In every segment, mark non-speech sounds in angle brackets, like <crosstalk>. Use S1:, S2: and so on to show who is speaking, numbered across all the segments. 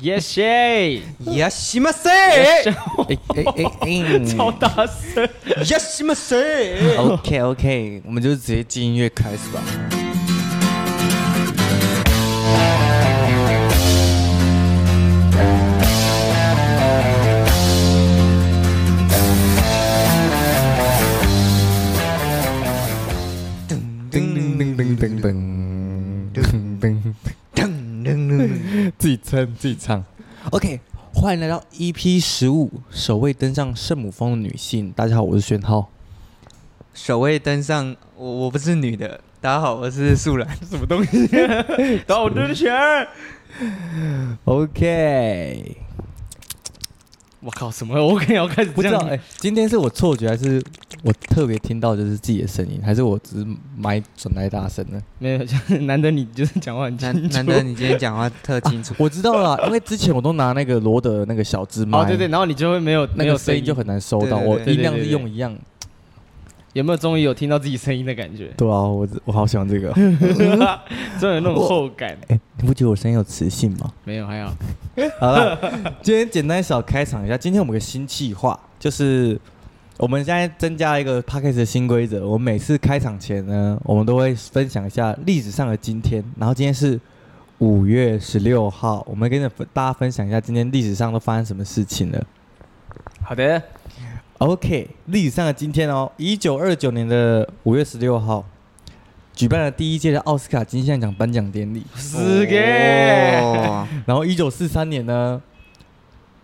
S1: Yes, y
S2: 也西马塞，哎哎哎
S1: 超
S2: 哎，
S1: 大声！
S2: 也西马塞。OK OK，我们就直接进音乐开始吧。噔噔噔噔噔噔噔噔噔噔。 <laughs> 自己撑自己唱。OK，欢迎来到 EP 十五，首位登上圣母峰的女性。大家好，我是宣浩。
S3: 首位登上，我我不是女的。大家好，我是素兰。
S1: 什么东西？打我真拳！
S2: OK，
S1: 我靠，什么 OK？我开始
S2: 不
S1: 这
S2: 知道
S1: 样
S2: 哎、今天是我错觉还是我特别听到就是自己的声音，还是我只是麦转太大声了？
S1: 没有，就是难得你就是讲话很 <laughs> 清
S3: 难
S1: 楚
S3: 难得你今天讲话特清楚，
S2: 我知道了啦，因为之前我都拿那个罗德的那个小支麦，
S1: 哦，对对，然后你就会没有
S2: 那
S1: 没有
S2: 个声音就很难收到，
S3: 对对对
S2: 我
S3: 对
S2: 音量
S1: 对
S2: 是
S1: 对
S2: 用一样。
S1: 有没有终于有听到自己声音的感 <laughs> 觉，
S2: 对啊，我我好喜欢这个。
S1: 真的有那种后感。
S2: <laughs> 哎、你不觉得我声音有磁性吗？
S1: 没有，还好。
S2: 好了， <laughs> 今天简单小开场一下。今天我们有个新计划，就是我们现在增加了一个 p a c k a g e 的新规则。我们每次开场前呢，我们都会分享一下历史上的今天。然后今天是五月十六号，我们跟着大家分享一下今天历史上都发生什么事情了。
S1: <laughs> 好的，
S2: OK，历史上的今天哦，一九二九年的五月十六号，举办了第一届的奥斯卡金像奖颁奖典礼。
S1: 是的。
S3: 哦
S2: 然后一九四三年呢，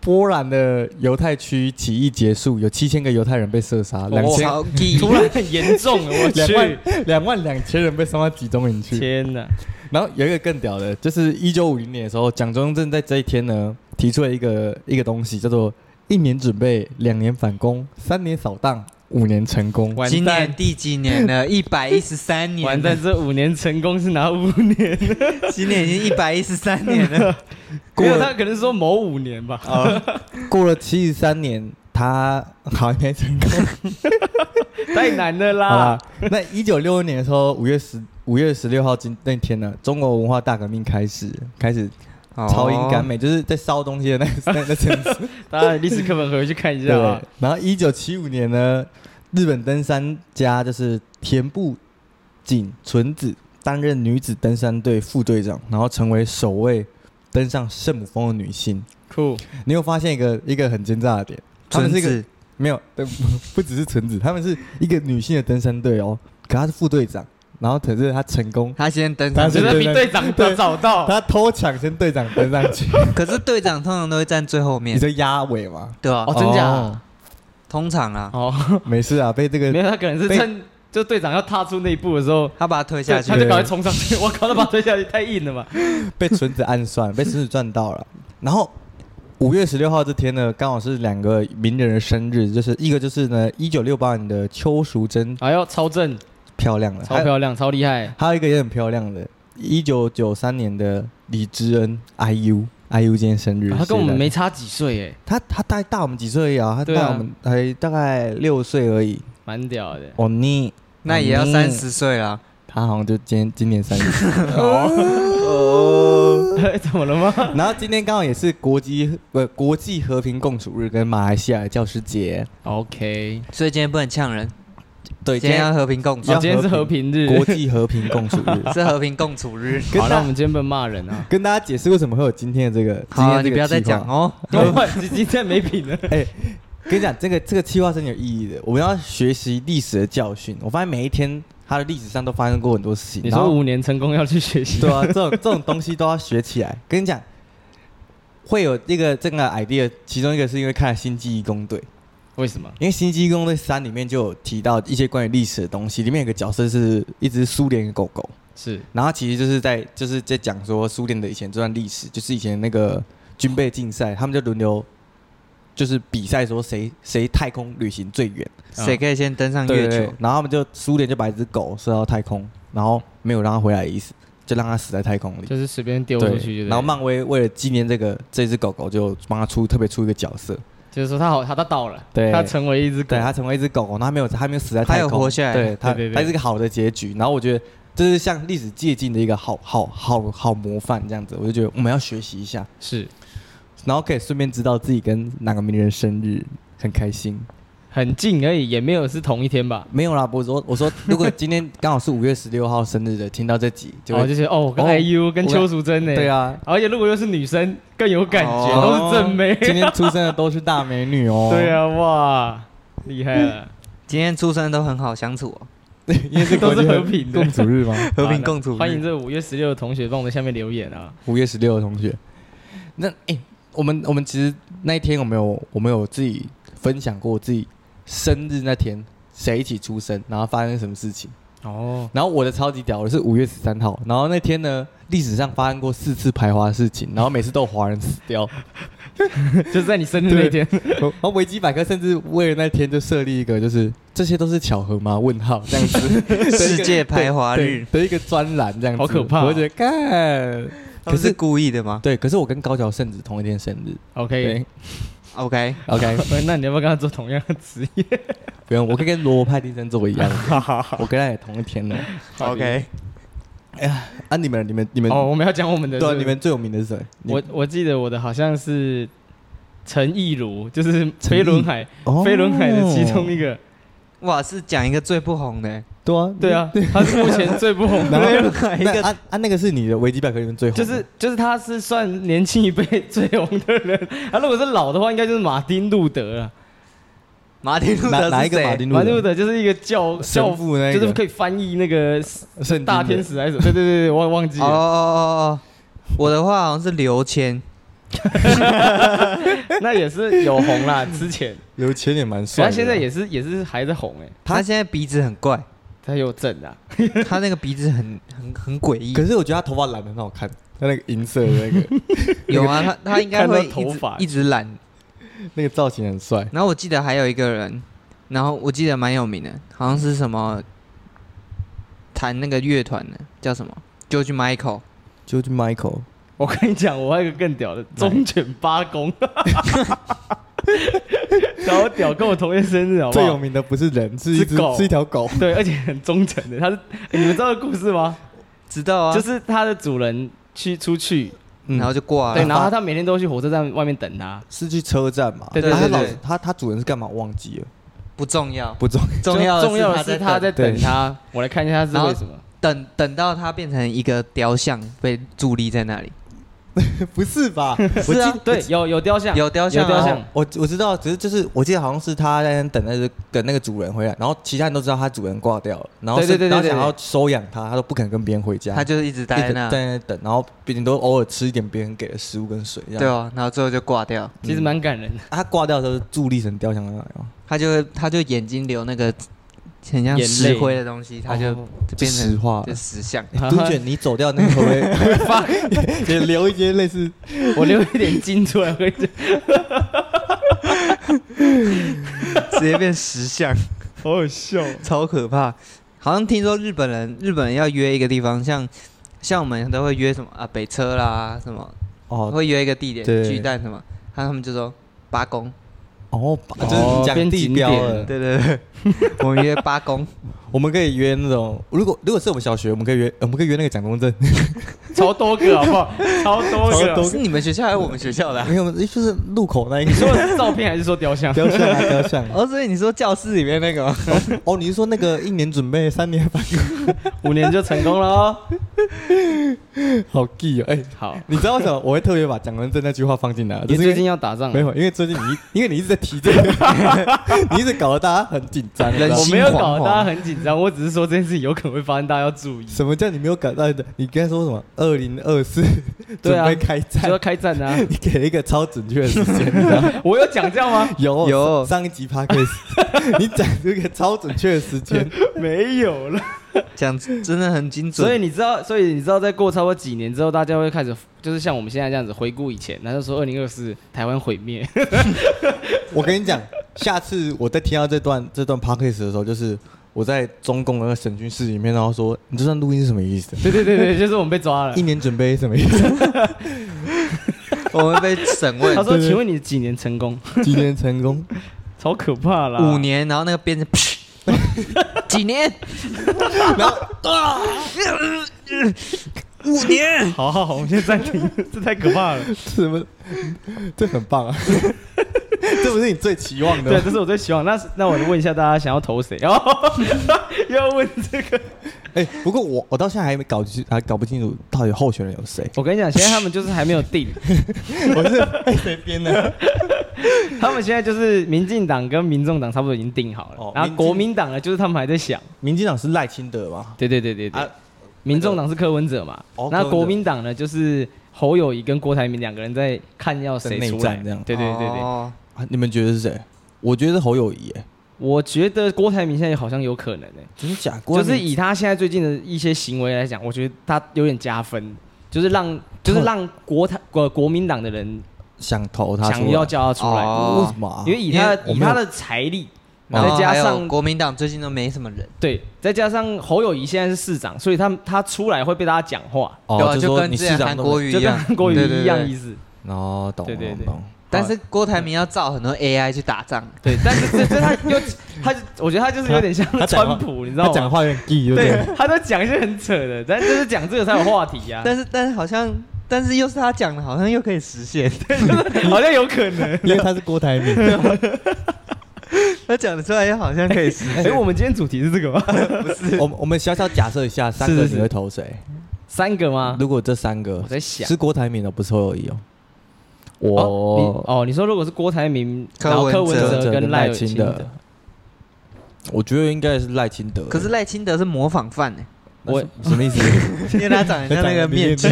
S2: 波兰的犹太区起义结束，有七千个犹太人被射
S3: 哦
S2: 杀，两千
S3: 超级
S1: 突然很严重了，我
S2: <laughs> 两万
S1: 去！
S2: 两万两千人被送到集中营去。
S1: 天哪！
S2: 然后有一个更屌的，就是一九五零年的时候，蒋中正在这一天呢提出了一个一个东西，叫做一年准备，两年反攻，三年扫荡，五年成功。
S1: 完
S3: 今年
S1: 蛋，
S3: 第几年了？一百一十三年。
S1: 完蛋！，这五年成功是哪五年？
S3: 今年已经一百一十三年了。
S2: 过
S1: 没有，
S2: 了
S1: 他可能说某五年 <laughs> 吧。
S2: 过了七十三年，他 <laughs> 好像没成功。
S1: 太难了
S2: 好
S1: 啦
S2: 啦！，那一九六六年的时候，五月十五月十六号今那天呢，中国文化大革命开始，开始超英赶美，就是在烧东西的那个那那阵子。
S1: 大家历史课本回去看一下啊。
S2: 然后一九七五年呢，日本登山家就是田部井纯子担任女子登山队副队长，然后成为首位登上圣母峰的女性。
S1: 酷，
S2: 你有发现一个一个很奸诈的点？他们
S3: 纯
S2: 是一个
S3: 子
S2: 没有，对 <laughs> 不不只是纯子，他们是一个女性的登山队哦，可她是副队长，然后可是她成功，
S3: 他先登
S2: 他
S3: 上
S1: 我
S2: 是
S1: 觉
S3: 去，
S1: 得比
S2: 对对
S1: 队长早
S2: 对
S1: 找到。
S2: 她偷抢先队长登上
S1: <laughs>
S2: 去，
S3: 可是队长通常都会站最后
S2: 你
S3: 面，
S2: 说压尾吗？
S3: 对吧
S1: 哦？真假
S2: 哦
S3: 通常啊，
S1: 哦，
S2: 没事啊，被这 <laughs>
S1: 没
S2: 个
S1: 有，他可能是
S2: 被
S1: 趁就队长要踏出那一步的时候，
S3: 他把他推
S1: 就
S3: 下去
S1: 他。就赶快冲上去。我 <laughs> 靠，他把他推下去太硬
S2: <laughs>
S1: 了吧？
S2: 被纯子暗
S1: <laughs>
S2: 算，被纯子赚到了。然后五月十六号这天呢，刚好是两个名人的生日，就是一个就是呢一九六八年的邱淑贞
S1: 哎呦，超正，
S2: 漂亮了，
S1: 超
S2: 还有
S1: 漂亮，超厉害。
S2: 还有一个也很漂亮的，一九九三年的李知恩 IU。IU 今天生日，
S1: 哦啊他跟我们
S2: 是的
S1: 没差几岁哎，
S2: 他他大概大我们几岁而已啊？他
S1: 对啊
S2: 大我们还大概六岁而已。
S1: 蛮屌
S2: <laughs>
S1: 的。
S2: 哦你，
S3: 那也要
S2: 嗯
S3: 三十岁了。
S2: 他好像就今天今年三 <laughs> 十。
S3: 哦
S1: 哎怎么了吗？
S2: <laughs> 然后今天刚好也是国际呃国际和平共处日跟马来西亚的教师节。
S1: OK，
S3: 所以今天不能呛人，
S2: 对，
S3: 今天要和平共处
S1: 哦，
S2: 要
S1: 今天是和平日。
S2: 国际和平共处
S3: <laughs>
S2: 日。
S3: 是和平共处日。
S2: 跟
S1: 好，
S2: 大
S1: 那我们今天不能骂人
S2: <laughs>
S1: 啊。
S2: 跟大家解释为什么会有今天的这个，今
S3: 好，
S2: 天
S3: 你
S2: 这个
S3: 不要再
S2: 计划
S3: 讲。哦。
S1: 我今天没品
S2: <laughs>
S1: 了。
S2: 哎、跟你讲，这个这个计划是很有意义的。我们要学习历史的教训。我发现每一天，它的历史上都发生过很多事情。
S1: 你
S2: 然
S1: 说
S2: 后
S1: 五年成功要去学习，
S2: <laughs> 对啊，这种这种东西都要学起来。跟你讲，会有这个这个 idea，其中一个是因为看了《星际义工队》，
S1: 为什么？
S2: 因为《星际义工队三》里面就有提到一些关于历史的东西。里面有个角色是一只苏联的狗狗，
S1: 是
S2: 然后其实就是在就是在讲说苏联的以前这段历史，就是以前那个军备竞赛，他们就轮流就是比赛说谁谁太空旅行最远。
S3: 谁可以先登上
S2: 对
S3: 啊月
S2: 对对
S3: 球？
S2: 然后他们就苏联就把一只狗射到太空，然后没有让它回来的意思，就让它死在太空里。
S1: 就是随便丢
S2: 对，
S1: 出去就对了
S2: 然后漫威为了纪念这个这只狗狗，就帮它出特别出一个角色，
S1: 就是说他好，他他倒了，
S2: 对
S1: 他成为一只狗
S2: 对，，它成为一只狗狗，然后它没有它没有死在
S3: 它
S2: 太
S3: 有
S2: 空，
S3: 活下来
S2: 对它
S1: 对对对
S2: 它是一个好的结局。然后我觉得这是向历史借鉴的一个好好好好模范这样子，我就觉得我们要学习一下。
S1: 是
S2: 然后可以顺便知道自己跟哪个名人生日，很开心。
S1: 很近而已，也没有是同一天吧？
S2: 没有啦，我说我说，如果今天刚好是五月十六号生日的，听到这集就
S1: 哦，就
S2: 会
S1: 是哦，跟
S2: 哦
S1: IU 跟邱淑贞呢，
S2: 对，啊，
S1: 而且如果又是女生，更有感觉，都
S2: 哦
S1: 是正妹。啊 <laughs>
S2: 今天出生的都是大美女哦。
S1: 对，啊，哇，厉害啊了，
S3: 今天出生都很好相处哦，
S2: <laughs> 因为是
S1: 都是
S2: 国际
S1: 和平的
S2: 共处日吗？
S3: 和
S1: 好
S3: 平
S1: 那
S3: 共处日。
S1: 欢迎这五月十六的同学帮我们下面留言啊。
S2: 五月十六的同学，那哎、诶我们我们其实那一天我们有我们有自己分享过自己生日那天谁一起出生，然后发生什么事情。
S1: 哦，
S2: 然后我的超级屌的是五月十三号，然后那天呢历史上发生过四次排华的事情，然后每次都有华人死 <laughs> 掉。
S1: 就是在你生日那天，
S2: 然后维基百科甚至为了那天就设立一个，就是这些都是巧合吗？问号这样 <laughs> 子的一个，
S3: 世界排华日
S2: 对的一个专栏这样子，
S1: 好可怕哦
S2: 我觉得干，
S3: 他
S2: 可
S3: 们是
S2: 是
S3: 故意的吗
S2: 对，可是我跟高桥圣子同一天生日，
S1: OK，
S2: 对
S3: ？OK，
S2: ，OK，
S1: 那你要不要跟他做同样的职
S2: <laughs>
S1: 业？
S2: 不用，我可以跟罗伯派丁森做
S1: <laughs>
S2: 一样的，我跟他也同一天呢。
S3: OK，
S2: 啊，你们你们你们，
S1: 哦，我们要讲我们的，
S2: 对啊，
S1: 是不
S2: 你
S1: 是
S2: 们最有名的是谁？你
S1: 我我记得我的好像是陈亦儒，就是
S2: 陈
S1: 飞轮海，
S2: 哦
S1: 飞轮海的其中一个。
S3: 哇，是讲一个最不红的，欸
S2: 对啊，
S1: 对
S2: <laughs>
S1: 啊，他是目前最不红
S2: 然后
S1: 的，
S3: 一
S2: 那
S3: 个
S2: 啊啊那个是你的维基百科里面最红
S1: 就
S2: 的，
S1: 是就是他是算年轻一辈最红的人。 <laughs> 他如果是老的话，应该就是马丁路德了。
S3: 马丁路
S2: 哪
S3: 德
S2: 哪
S3: 是
S2: 一个马
S3: 谁？
S2: 丁
S1: 马丁路
S2: 路德
S1: 德就是一个教教
S2: 神父那一
S1: 就是
S2: 个
S1: 可以翻译那个
S2: 圣经
S1: 大
S2: 的
S1: 天使还是什么？对对对，忘忘记
S3: 哦哦
S1: 了。
S3: 哦哦，我的话好像是刘谦，
S1: 那也是有红啦，之
S2: <laughs>
S1: 前
S2: 刘谦也蛮帅的啊，
S1: 他现在也是也是还在红哎，
S3: 他现在鼻子很怪，
S1: 他有整啊。
S3: 他那个鼻子很很很诡异。
S2: 可是我觉得他头发染的很好看，他那个银色的那
S1: <laughs>
S2: 个
S3: 有啊，他他应该
S1: 看到
S3: 会一
S1: 头
S3: 直
S1: 发
S3: 一直染。
S2: 那个造型很帅。
S3: 然后我记得还有一个人，然后我记得蛮有名的，好像是什么弹那个乐团的，叫什么 George Michael。
S2: George Michael，
S1: 我跟你讲，我还有一个更屌的忠犬八公， <laughs> 超屌，跟我同月生日好不
S2: 最有
S1: 好？
S2: 名的不是人，是一
S1: 是
S2: 只
S1: 狗
S2: 是一条狗。
S1: 对，而且很忠诚的，他是、欸你们知道的故事吗？
S3: 知道啊，
S1: 就是他的主人去出去，
S2: 嗯
S3: 然后就挂
S1: 对，
S3: 了。
S1: 然后他每天都去火车站外面等他，
S2: 是去车站嘛？
S1: 对
S3: 对
S2: 啊他
S3: 对
S2: 老
S3: 对
S2: 他他主人是干嘛忘记了？
S3: 不重要，
S2: 不重
S3: 重要
S1: 就重要的
S3: 的
S1: 是
S3: 他
S1: 他在
S3: 在
S1: 等
S2: 对
S1: 他。我来看一下他
S3: 然
S1: 是
S3: 后
S1: 为什么。
S3: 等等到他变成一个雕像被伫立在那里。
S2: 要，不是吧？
S1: <laughs>
S2: 我
S1: 是啊
S2: 记，
S1: 对，有有雕像，
S3: 有雕像啊
S1: 有雕像。
S2: 我我知道，只是就是我记得好像是他在那等那只等那个主人回来，然后其他人都知道他主人挂掉了，然后是
S1: 对对对对
S2: 然后
S1: 对
S2: 想要收养他，他都不肯跟别人回家，
S3: 他就是一直待
S2: 一
S3: 在
S2: 直
S3: 那，
S2: 在那等，然后顶多偶尔吃一点别人给的食物跟水这样。
S3: 对哦，然后最后就挂掉。
S1: 其实蛮感人的，
S2: 啊，他挂掉的时候是伫立成雕像在那里哦，
S3: 他就他就眼睛流那个很像
S1: 眼泪
S3: 石灰的东西，他就
S2: 哦
S3: 就变
S2: 石
S3: 成
S2: 化了
S3: 就。石像。
S2: 杜鹃，你走掉那个
S3: <laughs>
S2: 会不会
S1: 发
S2: 也留一些类似？
S1: <laughs> 我留一点筋出来，我跟你讲，
S3: 直接变石像，
S1: 好好笑。
S3: 超可怕。好像听说日本人，日本人要约一个地方，像像我们都会约什么啊北车啦，什么
S2: 哦
S3: 会约一个地点
S2: 对
S3: 巨蛋什么，他他们就说八公，
S2: 哦，把就是你讲地标
S1: 边景
S2: 了
S1: 点。
S3: 对对对， <laughs> 我们约八公，
S2: 我们可以约那种，如果如果是我们小学，我们可以约，我们可以约那个蒋公正，
S1: 超多个好不 <laughs> 好？ <laughs> 超多
S2: 超
S1: 个
S2: 多。
S3: 是你们学校还是我们学校的啊、<laughs>
S2: <laughs> 没有，就是路口那一
S1: 你
S2: <laughs> 个
S1: 说的是照片还是说雕像？
S2: 雕像啊，雕像。
S3: 哦，所以你说教室里面那个吗？
S2: 哦，你是说那个一年准备三年反
S1: 五年就成功了哦。
S2: 好 gay 哦，哎、
S1: 好，
S2: 你知道为什么我会特别把蒋公正那句话放进来？啊
S1: 你
S2: 就是因
S1: 最
S2: 为
S1: 近要打仗了
S2: 没有，因为最近你因为你一直在提这个，你一直搞得大家很紧张。你知道吗
S1: 我
S3: 人心
S1: 没有
S3: 惶
S1: 搞
S3: 惶
S1: 大家很紧张，我只是说这件事情有可能会发生，大家要
S3: <laughs>
S1: 注意。
S2: 什么叫你没有搞到的？你刚才说什么？二零二四
S1: <laughs> 对
S2: 准
S1: 啊
S2: 备开
S1: 就
S2: 战
S1: 要，开战啊！
S2: 你给了一个超准确的时
S1: <laughs>
S2: 间，你知道吗
S1: 我有讲这样吗？
S2: 有
S3: 有
S2: 上上一
S1: <laughs>
S2: 集 podcast，你讲出一个超准确的时间，
S1: 没有了。
S3: 讲真的很精准，
S1: 所以你知道，所以你知道，在过差不多几年之后，大家会开始就是像我们现在这样子回顾以前，然后就说二零二四台湾毁 <laughs> 灭。
S2: 我跟你讲，下次我在听到这段这段 podcast 的时候，就是我在中共的那个审讯室里面，然后说你这段录音是什么
S1: <laughs>
S2: 意思？
S1: 对对对对，就是我们被抓 <laughs> 了
S2: 一。年准备是什么意思？
S3: 我们被审
S1: <laughs>
S3: 问
S1: 他说：“
S2: 对对
S1: 请问你几年成功
S2: 几年成功？？”
S1: 超可怕啦！ <laughs>
S3: 五年，然后那个变成 <laughs> 几年，
S2: 然后
S3: 啊 <laughs> 五年，
S4: 好好好，我们先
S1: <laughs>
S4: 暂停，这太可怕了。
S2: 什么？这很棒啊！ <laughs> 这不是你最期望的
S1: 对，
S2: 吗？
S1: 这是我最希望。那那我问一下大家，想要投谁？ <laughs> 哦，要问这个。。
S2: 哎、不过我我到现在还没搞清，还搞不清楚到底候选人有谁
S1: 我跟你讲，现在他们就是还没有 <laughs> 定，
S2: <laughs> 我是被谁编的？
S1: 他们现在就是民进党跟民众党差不多已经定好了，
S2: 哦
S1: 然后
S2: 民进
S1: 国民党呢，就是他们还在想。
S2: 民进党是赖清德吗？
S1: 对对对对对，
S2: 啊
S1: 民众党是柯文哲嘛，
S2: 哦柯
S1: 那
S2: 文哲
S1: 国民党呢就是侯友谊跟郭台铭两个人在看要谁
S2: 在内
S1: 出来
S2: 战这样
S1: 对对对对，
S3: 哦
S2: 啊你们觉得是谁？我觉得是侯友谊、哎，
S1: 我觉得郭台铭现在好像有可能欸诶、
S2: 真的假的？
S1: 就是以他现在最近的一些行为来讲，我觉得他有点加分，就是让
S2: <laughs>
S1: 就是让国台国国民党的人
S2: 想投他出来，
S1: 想要叫他出来，
S3: 哦
S2: 为什么、啊？
S1: 因为以他的
S2: 因为我哦
S1: 以
S2: 没有
S1: 他的财力，
S3: 然后
S1: 再加
S3: 还有
S1: 上
S3: 国民党最近都没什么人，
S1: 对，再加上侯友谊现在是市长，所以他他出来会被大家讲话，
S3: 对
S2: 哦，
S3: 啊
S2: 就
S3: 就
S2: 说
S3: 跟
S2: 你
S3: 之
S2: 市
S3: 前
S2: 长
S3: 韩
S2: 都
S3: 国
S2: 没
S3: 瑜
S1: 就
S3: 一样
S1: 跟，郭瑜
S3: 对对
S1: 一样
S3: 对
S1: 意思。
S2: 哦，懂
S1: 对对
S2: 懂
S1: 对
S2: 懂。
S3: 但是郭台铭要造很多 AI 去打仗，
S1: 对，但是这这他又他，我觉得他就是有点像
S2: 他讲话
S1: 川普，你知
S2: 他
S1: 道
S2: 讲
S1: 吗？
S2: 话有点 gay，对不
S1: 对
S2: 对？，
S1: 他都讲一些很扯的，但就是讲这个才有话题啊呀、
S3: 但是但是好像，但是又是他讲的，好像又可以实现， <laughs>
S1: 好像有可
S2: <laughs>
S1: 能。
S2: 因为他是郭台铭，
S3: 他讲的出来又好像可以实
S1: 哎、我们今天主题是这个吗？
S2: 我们我们小小假设一下，三个
S1: 是是啊
S2: 你会投谁？
S1: 三个吗？
S2: 如果这三个
S1: 我在想，
S2: 是郭台铭的，不是侯友谊哦。
S1: 哦
S2: 我
S1: 你哦，你说如果是郭台铭、
S3: 柯
S1: 然后柯
S3: 文
S1: 文
S3: 哲
S1: 哲跟赖清
S2: 清
S1: 德，，
S2: 我觉得应该是赖清德。
S3: 可是赖清德是模仿犯哎、
S2: 我什么意思？
S1: <laughs>
S3: 因为他长得像那个
S2: <laughs>
S3: 面具。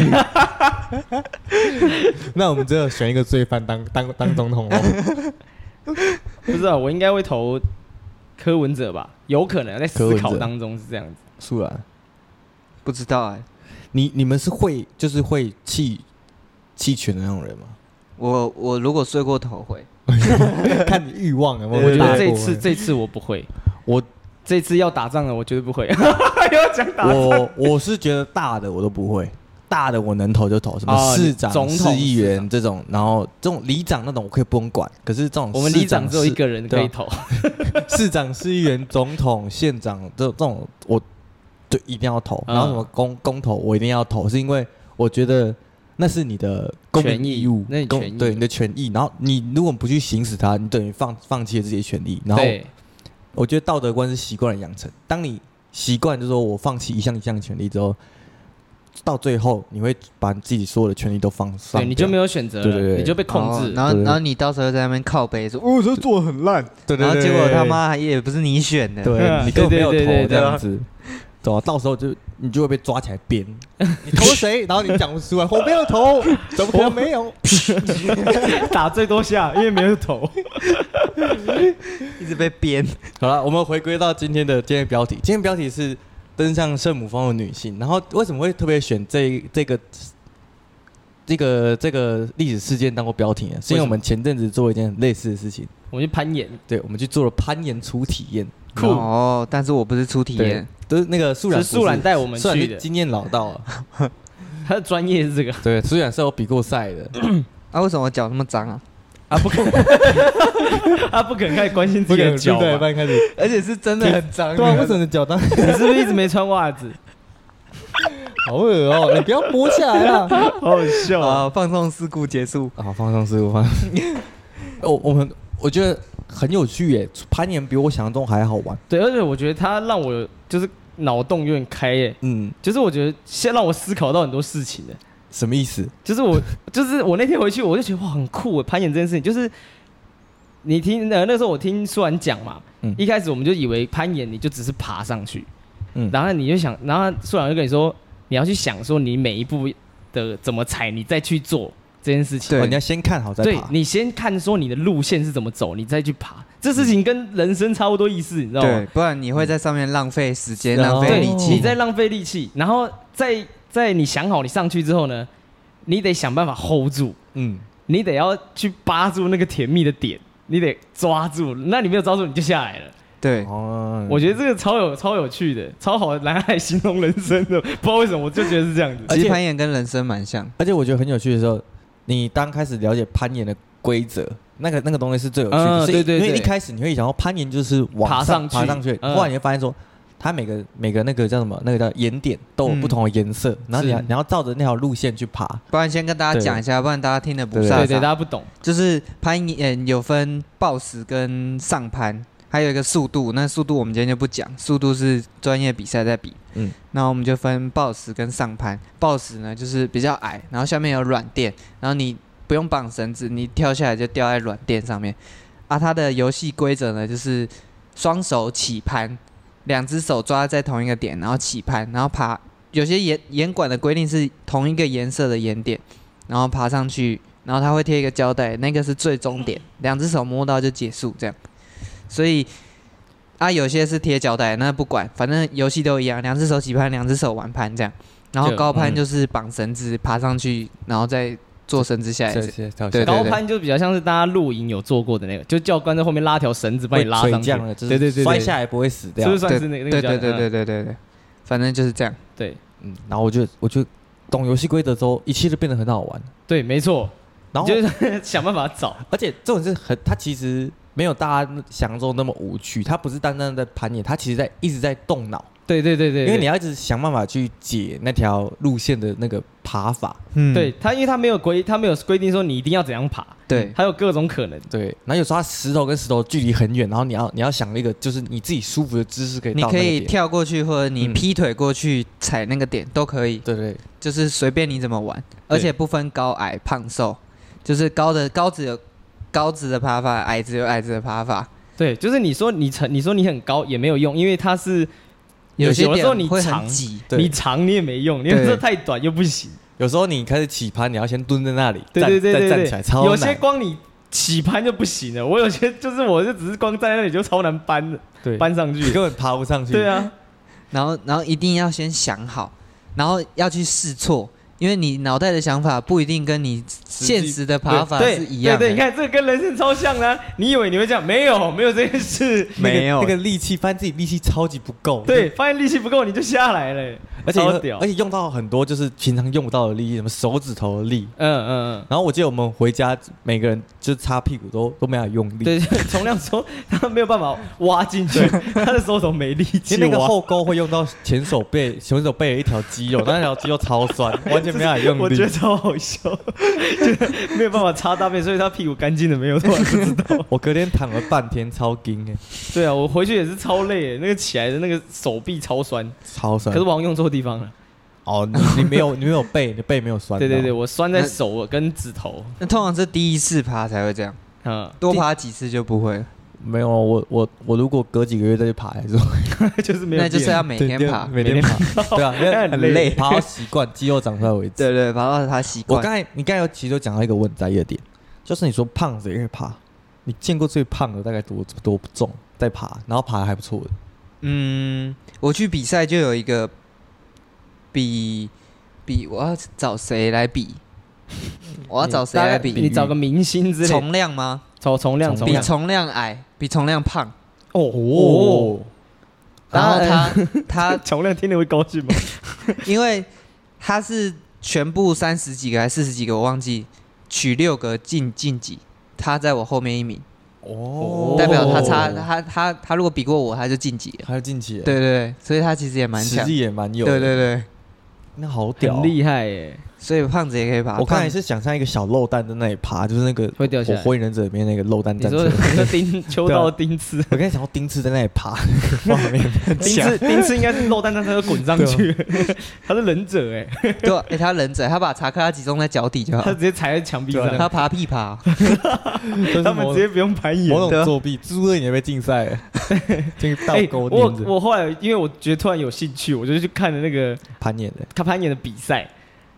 S2: 那我们只有选一个罪犯当当当总统哦。
S1: 不知道、我应该会投柯文哲吧？有可能在
S2: 柯
S1: 思
S2: 文
S1: 考
S2: 哲
S1: 当中是这样子。
S2: 素然，
S3: 不知道哎、
S2: 你你们是会就是会弃弃权的那种人吗？
S3: 我我如果睡过头会，
S2: 看你欲望有没有
S1: 我觉
S2: 大
S1: 得
S2: 过
S1: 这次这次我不会，
S2: 我
S1: 这次要打仗了，我绝对不会。 <laughs> 要讲打仗，
S2: 我我是觉得大的我都不会，大的我能投就投，什么
S1: 哦
S2: 市长、
S1: 总统
S2: 市议
S1: 市
S2: 员
S1: 长
S2: 这种，然后这种里长那种我可以不用管，可是这种
S1: 我们
S2: 市
S1: 里长只有一
S2: 市
S1: 个人可以
S2: 对啊
S1: 投。
S2: 市长、市议员、总统、县长这这种，我就一定要投。
S1: 嗯
S2: 然后什么公公投，我一定要投，是因为我觉得那是你的公民
S1: 权益
S2: 义务，
S1: 那你
S2: 公
S1: 权益
S2: 对你的权益。然后你如果不去行使它，你等于放放弃了自己的权利。然后
S1: 对，
S2: 我觉得道德观是习惯的养成，当你习惯就说我放弃一项一项的权利之后，到最后你会把自己所有的权利都放上，
S1: 对，你就没有选择
S2: 对对
S1: 了，
S2: 对
S1: 你就被控
S3: 哦
S1: 制。
S3: 然后
S2: 对
S3: 然后你到时候在那边靠背说，
S2: 哦，这做的很烂，对对
S3: 然后
S2: 对
S3: 结果
S2: 对
S3: 他妈也不是你选的，
S2: 嗯对你根本没有
S1: 对对对对
S2: 投这
S1: 对
S2: 样子，对吧？到时候就你就会被抓起来编， <laughs> 你投谁？然后你讲不出来，我没有 <laughs> 投，怎么可能没有？
S1: 打最多 <laughs> 下，因为没有投。
S3: 一直被编。
S2: 好了，我们回归到今天的今天的标题，今天标题是登上圣母峰的女性。然后为什么会特别选这这个这个这个历史事件当做标题呢？是因为我们前阵子做一件类似的事情，
S1: 我们去攀
S2: <laughs>
S1: 岩，
S2: 对，我们去做了攀岩初体验，
S1: 酷
S3: 哦，但是我不是出体
S2: 对
S3: 验，，
S2: 都是那个素然
S1: 是
S2: 不
S1: 素然带我们
S2: 素然
S1: 去
S2: 是
S1: 的，
S2: 经验老道啊了，
S1: <laughs> 他的专业是这个
S2: 对，素然是有比过赛的。
S3: 啊，为什么我脚那么脏啊？
S1: 啊，不可能， <laughs> 他不可能开始关心自己的脚吧。
S2: 半开始，
S3: 而且是真的很脏。
S2: 对啊，为什么你脚
S1: <laughs>
S2: 当？
S1: 你是不是一直没穿袜子？
S2: 好恶哦、你不要摸下来
S1: <laughs>
S2: 啊！
S1: 好好笑啊！
S3: 啊，放纵事故结束。
S2: 好，放松师傅，放松。 <laughs> 我我们我觉得很有趣耶，攀岩比我想象中还好玩。
S1: <laughs> 对，而且我觉得他让我就是脑洞有点开耶，
S2: 嗯，
S1: 就是我觉得先让我思考到很多事情的。
S2: 什么意思？
S1: 就是我， <laughs> 就是我那天回去，我就觉得哇，很酷耶！攀岩这件事情，就是你听呃那时候我听舒然讲嘛，
S2: 嗯
S1: 一开始我们就以为攀岩你就只是爬上去，
S2: 嗯，
S1: 然后你就想，然后舒然就跟你说，你要去想说你每一步的怎么踩，你再去做这件事情。
S3: 对
S2: 哦你要先看好再
S1: 对
S2: 爬。
S1: 你先看说你的路线是怎么走，你再去爬，这事情跟人生差不多意思，你知道
S3: 对
S1: 吗？，嗯
S3: 不然你会在上面浪费时间，
S2: 是啊
S3: 浪费
S1: 对，
S3: 力
S2: 哦
S1: 你
S3: 气。
S1: 在浪费力气，然后在在你想好你上去之后呢，你得想办法 hold 住，
S2: 嗯，
S1: 你得要去扒住那个甜蜜的点，你得抓住，那你没有抓住你就下来了。
S3: 对，
S2: 哦
S1: 我觉得这个超有超有趣的，超好拿来形容人生的，不知道为什么我就觉得是这样子。
S2: 而
S3: 其
S2: 且
S3: 实攀岩跟人生蛮像。
S2: 而且我觉得很有趣的时候，你当开始了解攀岩的规则，那个那个东西是最有趣
S1: 嗯
S2: 的。是
S1: 对对
S2: 因为
S1: 对
S2: 一开始你会想要攀岩就是往
S1: 爬上
S2: 上
S1: 去
S2: 爬上去，
S1: 嗯
S2: 后来你会发现说，它每个每个那个叫什么？那个叫岩点都有
S3: 嗯
S2: 不同的颜色，然后你要
S3: 是
S2: 你要照着那条路线去爬。
S3: 不然先跟大家
S2: 对
S3: 讲一下，不然大家听得不
S2: 对
S3: 飒
S1: 对对，大
S3: 飒。
S1: 家不懂，
S3: 就是攀岩有分抱石跟上攀，还有一个速度。那速度我们今天就不讲，速度是专业比赛在比。
S2: 嗯
S3: 嗯，那我们就分抱石跟上攀。抱石呢就是比较矮，然后下面有软垫，然后你不用绑绳子，你跳下来就掉在软垫上面。啊，它的游戏规则呢就是双手起攀，两只手抓在同一个点，然后起攀，然后爬。有些岩岩管的规定是同一个颜色的岩点，然后爬上去，然后它会贴一个胶带，那个是最终点，两只手摸到就结束这样。所以啊，有些是贴胶带，那不管，反正游戏都一样，两只手起攀，两只手玩攀这样。然后
S1: 就
S3: 高攀
S2: 嗯
S3: 就是绑绳子爬上去，然后再做绳子下来
S2: 这些跳
S3: 对对
S1: 高攀就比较像是大家露营有做过的那个，就教官在后面拉条绳子把你拉上去，
S2: 了，就是
S1: 对对对对啊
S2: 摔下来不会死
S1: 是
S2: 掉
S1: 不是。算是那个？那嗯
S3: 对
S1: 个
S3: 对
S1: 比较
S3: 对对对对对，反正就是这样。
S1: 对
S2: 嗯，然后我就我就懂游戏规则之后，一切就变得很好玩。
S1: 对，没错，
S2: 然
S1: 你
S2: 后
S1: 就是 <laughs> 想办法找，
S2: 而且这种是很，它其实没有大家想象中那么无趣，它不是单单在攀岩，它其实在一直在动脑，
S1: 对对对对，
S2: 因为
S1: 对
S2: 你要一直想办法去解那条路线的那个爬法。
S3: 嗯
S1: 对他，因为他没有规，他没有规定说你一定要怎样爬，
S3: 对
S1: 还有各种可能。
S2: 对，然后有时候它石头跟石头距离很远，然后你要你要想那个就是你自己舒服的姿势可以
S3: 嗯你
S2: 到那
S3: 可
S2: 个
S3: 以
S2: 点
S3: 跳过去，或者你
S2: 嗯
S3: 劈腿过去踩那个点都可以，
S2: 对对，
S3: 就是随便你怎么玩，
S2: 对
S3: 而且不分高矮胖瘦，就是高的高子有高子的爬法，矮子有矮子的爬法。
S1: 对，就是你说你成，你说你很高也没有用，因为它是
S3: 些
S1: 有的时候你
S3: 点会
S1: 长
S3: 很挤，
S2: 对
S1: 你长你也没用，你有
S3: 对
S1: 时候太短又不行。
S2: 有时候你开始起攀，你要先蹲在那里，
S1: 对对对
S2: 站
S1: 对
S2: 再站
S1: 对，
S2: 起来超难。
S1: 有些光你起攀就不行了，我有些就是我就只是光站在那里就超难搬的，
S2: 对
S1: 搬上
S2: 你
S1: 去。
S2: 根本爬不上去。
S1: 对啊，
S3: 然后然后一定要先想好，然后要去试错，因为你脑袋的想法不一定跟你现实的爬法
S1: 对
S3: 是一样
S1: 对对，
S3: 的。
S1: 你看这个跟人生超像的啊、你以为你会这样？没有，没有这件事。
S2: 那个
S3: 没有
S2: 那个力气，发现自己力气超级不够。
S1: 对，，发现力气不够你就下来了、
S2: 而且
S1: 超屌
S2: 而。且用到很多就是平常用不到的力，什么手指头的力。
S1: 嗯嗯
S2: 然后我记得我们回家，每个人就擦屁股都都没有用
S1: 嗯，，
S2: 力，
S1: 对，就是重量说他没有办法挖进去， <laughs> 他的手肘没力气
S2: 其实那个
S1: 挖。
S2: 后勾会用到前手背，前手背的一条肌肉，但那条肌肉超
S1: <laughs>
S2: 酸，完全没法用力。
S1: 我觉得超好笑， <laughs> 就是没有办法擦大便，所以他屁股干净的没有，突然不知道。
S2: 我隔天躺了半天，超惊哎，
S1: 对啊，我回去也是超累，那个起来的那个手臂超酸，
S2: 超
S1: 可
S2: 酸。
S1: 是我好像用错地方了。
S2: 哦，你你没有你没有背，你背没有酸。
S1: 对对对，，我酸在手跟指头，
S3: 那通常是第一次爬才会这样，
S1: 嗯，
S3: 多爬几次就不会了。
S2: 没有我我我如果隔几个月再去爬，还是会
S1: <laughs> 就是没有
S3: 那
S1: 练。
S3: 就是要每天爬，
S2: <laughs> 每天爬，对啊，因
S1: <laughs>
S2: 为
S1: 很累
S2: 爬到习惯，肌肉长出来为止。
S3: 对对，爬到他习
S2: 我
S3: 惯。
S2: 刚才你刚才有其实有讲到一个问在意的点，就是你说胖子也可以爬，你见过最胖的大概多多重在爬，然后爬得还不错的，
S3: 嗯，我去比赛就有一个比比，我要找谁
S1: <laughs>
S3: 来比？我要找谁来
S1: 你大概你
S3: 比？
S1: 找个明星之类的，
S3: 重量吗？
S1: 重重量重
S3: 比
S1: 量
S3: 重量矮，比重量胖。
S1: 哦
S2: 哦，
S3: 然后
S1: 当
S3: 他
S1: 然呃
S3: <laughs> 他，
S1: 重量听了会高兴吗？
S3: 因为他是全部三十几个还是四十几个，我忘记，取六个进晋级。他在我后面一名，
S2: 哦
S3: 代表他差他他他如果比过我，他就晋级了。
S2: 还有近期，
S3: 对，对对，所以他其实也蛮
S2: 实
S3: 强。
S2: 力也蛮有，
S3: 对对，对，
S2: 那好屌哦
S1: 很。厉害耶，
S3: 所以胖子也可以爬。
S2: 我刚才
S3: 胖
S2: 是想象一个小漏蛋在那里爬，就是那个
S1: 会掉下
S2: 我
S1: 来。
S2: 火影忍者里面那个漏蛋
S1: 你
S2: 战
S1: 说，
S2: 车 <laughs>
S1: 你说丁秋刀丁次，
S2: 我刚才想到丁次在那里
S3: <laughs>
S2: 爬，画面啊很啊
S1: 丁
S2: 像
S1: 次丁次应该是肉蛋，但他就滚上去， <laughs> 他是忍者哎，
S3: 对啊，哎、他忍者，他把查克拉集中在脚底就
S2: 啊
S3: 好
S1: 他，直接踩在墙壁上，
S3: 他爬
S1: <laughs>
S3: 屁爬，
S2: 就是
S1: 他们
S2: 某
S1: 直接不用攀岩。
S2: 某
S3: 对
S2: 种
S3: 啊
S2: 作弊，猪二也被禁赛
S3: <laughs>
S2: 了，这个倒
S1: 哎
S2: 钩
S1: 我
S2: 钉子
S1: 我后来因为我觉得突然有兴趣，我就去看了那个
S2: 攀岩的，
S1: 他攀岩的比赛，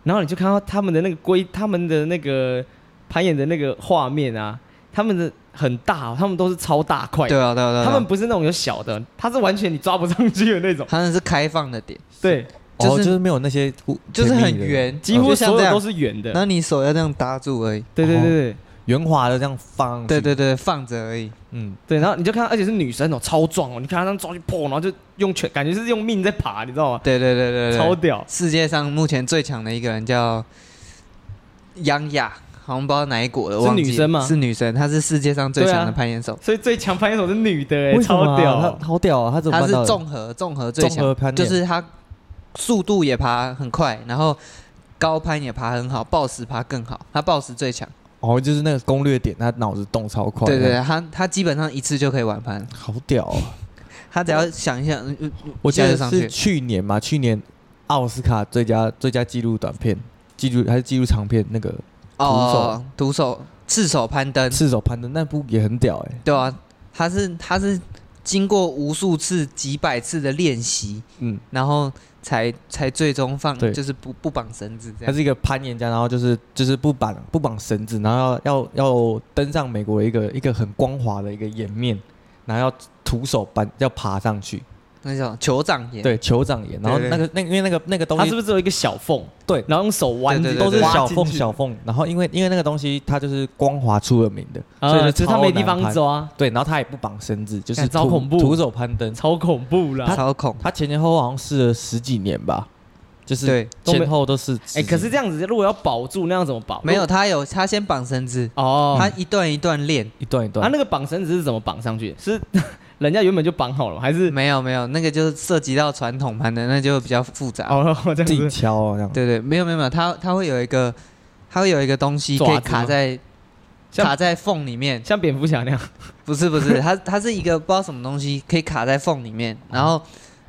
S1: 然后你就看到他们的那个规，他们的那个攀岩的那个画面啊，他们的很大，他们都是超大块的
S3: 对啊，对啊，对啊。
S1: 他们不是那种有小的，他是完全你抓不上去的那种，
S3: 他们是开放的点，
S1: 对，
S2: 哦，
S3: 就是
S2: 就是没有那些
S3: 就是
S2: 甜
S3: 很
S2: 蜜的
S3: 圆，
S1: 几乎
S3: 就像
S1: 所
S3: 这
S1: 有
S3: 样
S1: 都，是圆的
S3: 然，后你手要这样搭住而已。
S1: 对对对对
S2: 圆滑的这样放。
S3: 对，对对，放着而已。
S2: 嗯，
S1: 对，然后你就看到，而且是女生哦，超壮哦，你看她这样抓去破，然后就用全，感觉是用命在爬，你知道吗？
S3: 对对对对对，
S1: 超屌，
S3: 世界上目前最强的一个人叫杨雅，好像不知道哪一国的，
S1: 是
S3: 忘记了
S1: 女生吗
S3: 是女生，她是世界上最
S1: 对啊
S3: 强的攀岩手，
S1: 所以最强攀岩手是女的哎、
S2: 为什么
S1: 超
S2: 啊
S1: 屌、
S2: 他好屌啊！他怎么
S3: 她
S2: 办
S3: 是
S2: 到的？
S3: 综合综合最
S2: 综合
S3: 强
S2: 攀，岩
S3: 就是她速度也爬很快，然后高攀也爬很好，暴食爬更好，她暴食最强。
S2: 哦，就是那个攻略点，他脑子动超快。
S3: 对对，对，她她基本上一次就可以完攀，
S2: 好屌啊！
S3: 她只要想一想，嗯嗯嗯
S2: 我记
S3: 一下
S2: 得
S3: 就上
S2: 是
S3: 去。
S2: 去年嘛，去年奥斯卡最佳最佳纪录短片，记录还是记录长片那个
S3: 哦，徒手赤手攀登，
S2: 赤手攀登那部也很屌哎、
S3: 对啊，她是她是经过无数次、几百次的练习，
S2: 嗯，
S3: 然后才才最终放，
S2: 对
S3: 就是不不绑绳子这
S2: 他
S3: 样。
S2: 是一个攀岩家，然后就是就是不绑不绑绳子，然后要要要登上美国的一个一个很光滑的一个岩面，然后要徒手搬要爬上去，
S3: 那叫酋长岩，
S2: 对，酋长岩，然后
S3: 对对
S2: 那个那因为那个那个东
S1: 他
S2: 西
S1: 是不是只有一个小缝？
S2: 对
S1: 然后用手弯，
S3: 对对对
S2: 都是
S1: 挖
S2: 小
S1: 进
S2: 缝
S1: 去
S2: 小缝，然后因为因为那个东西它就是光滑出了名的，所以
S1: 呃，
S2: 就
S1: 只是他
S2: 超
S1: 没地
S2: 难
S1: 方
S2: 攀，
S1: 抓，
S2: 对，然后他也不绑绳子，就是
S1: 干超
S2: 徒
S1: 恐怖
S2: 徒手攀登，
S1: 超恐怖啦！
S3: 操控。
S2: 他前前后后好像试了十几年吧，就是
S3: 对，
S1: 都没
S2: 前后都是
S1: 哎、
S2: 十几
S1: 可是这样子，如果要保住，那要怎么保？
S3: 没有他有他先绑绳子，
S1: 哦，
S3: 他一段一段练。
S2: 一段一段
S1: 啊他、，那个绑绳子是怎么绑上去？是 <laughs> 人家原本就绑好了吗，还是？
S3: <laughs> 没有没有，那个就是涉及到传统盘的，那就比较复杂。
S1: 哦， <laughs> 这样
S2: 自己
S1: 子
S2: 敲啊这样，
S3: 对对，没有没有没有，它它会有一个，它会有一个东西可
S1: 爪
S3: 以
S1: 子吗
S3: 卡在
S1: 像
S3: 卡在缝里面，
S1: 像蝙蝠侠那样，
S3: 不是不是，它它是一个不知道什么东西可以卡在缝里面，
S1: 哦
S3: 然后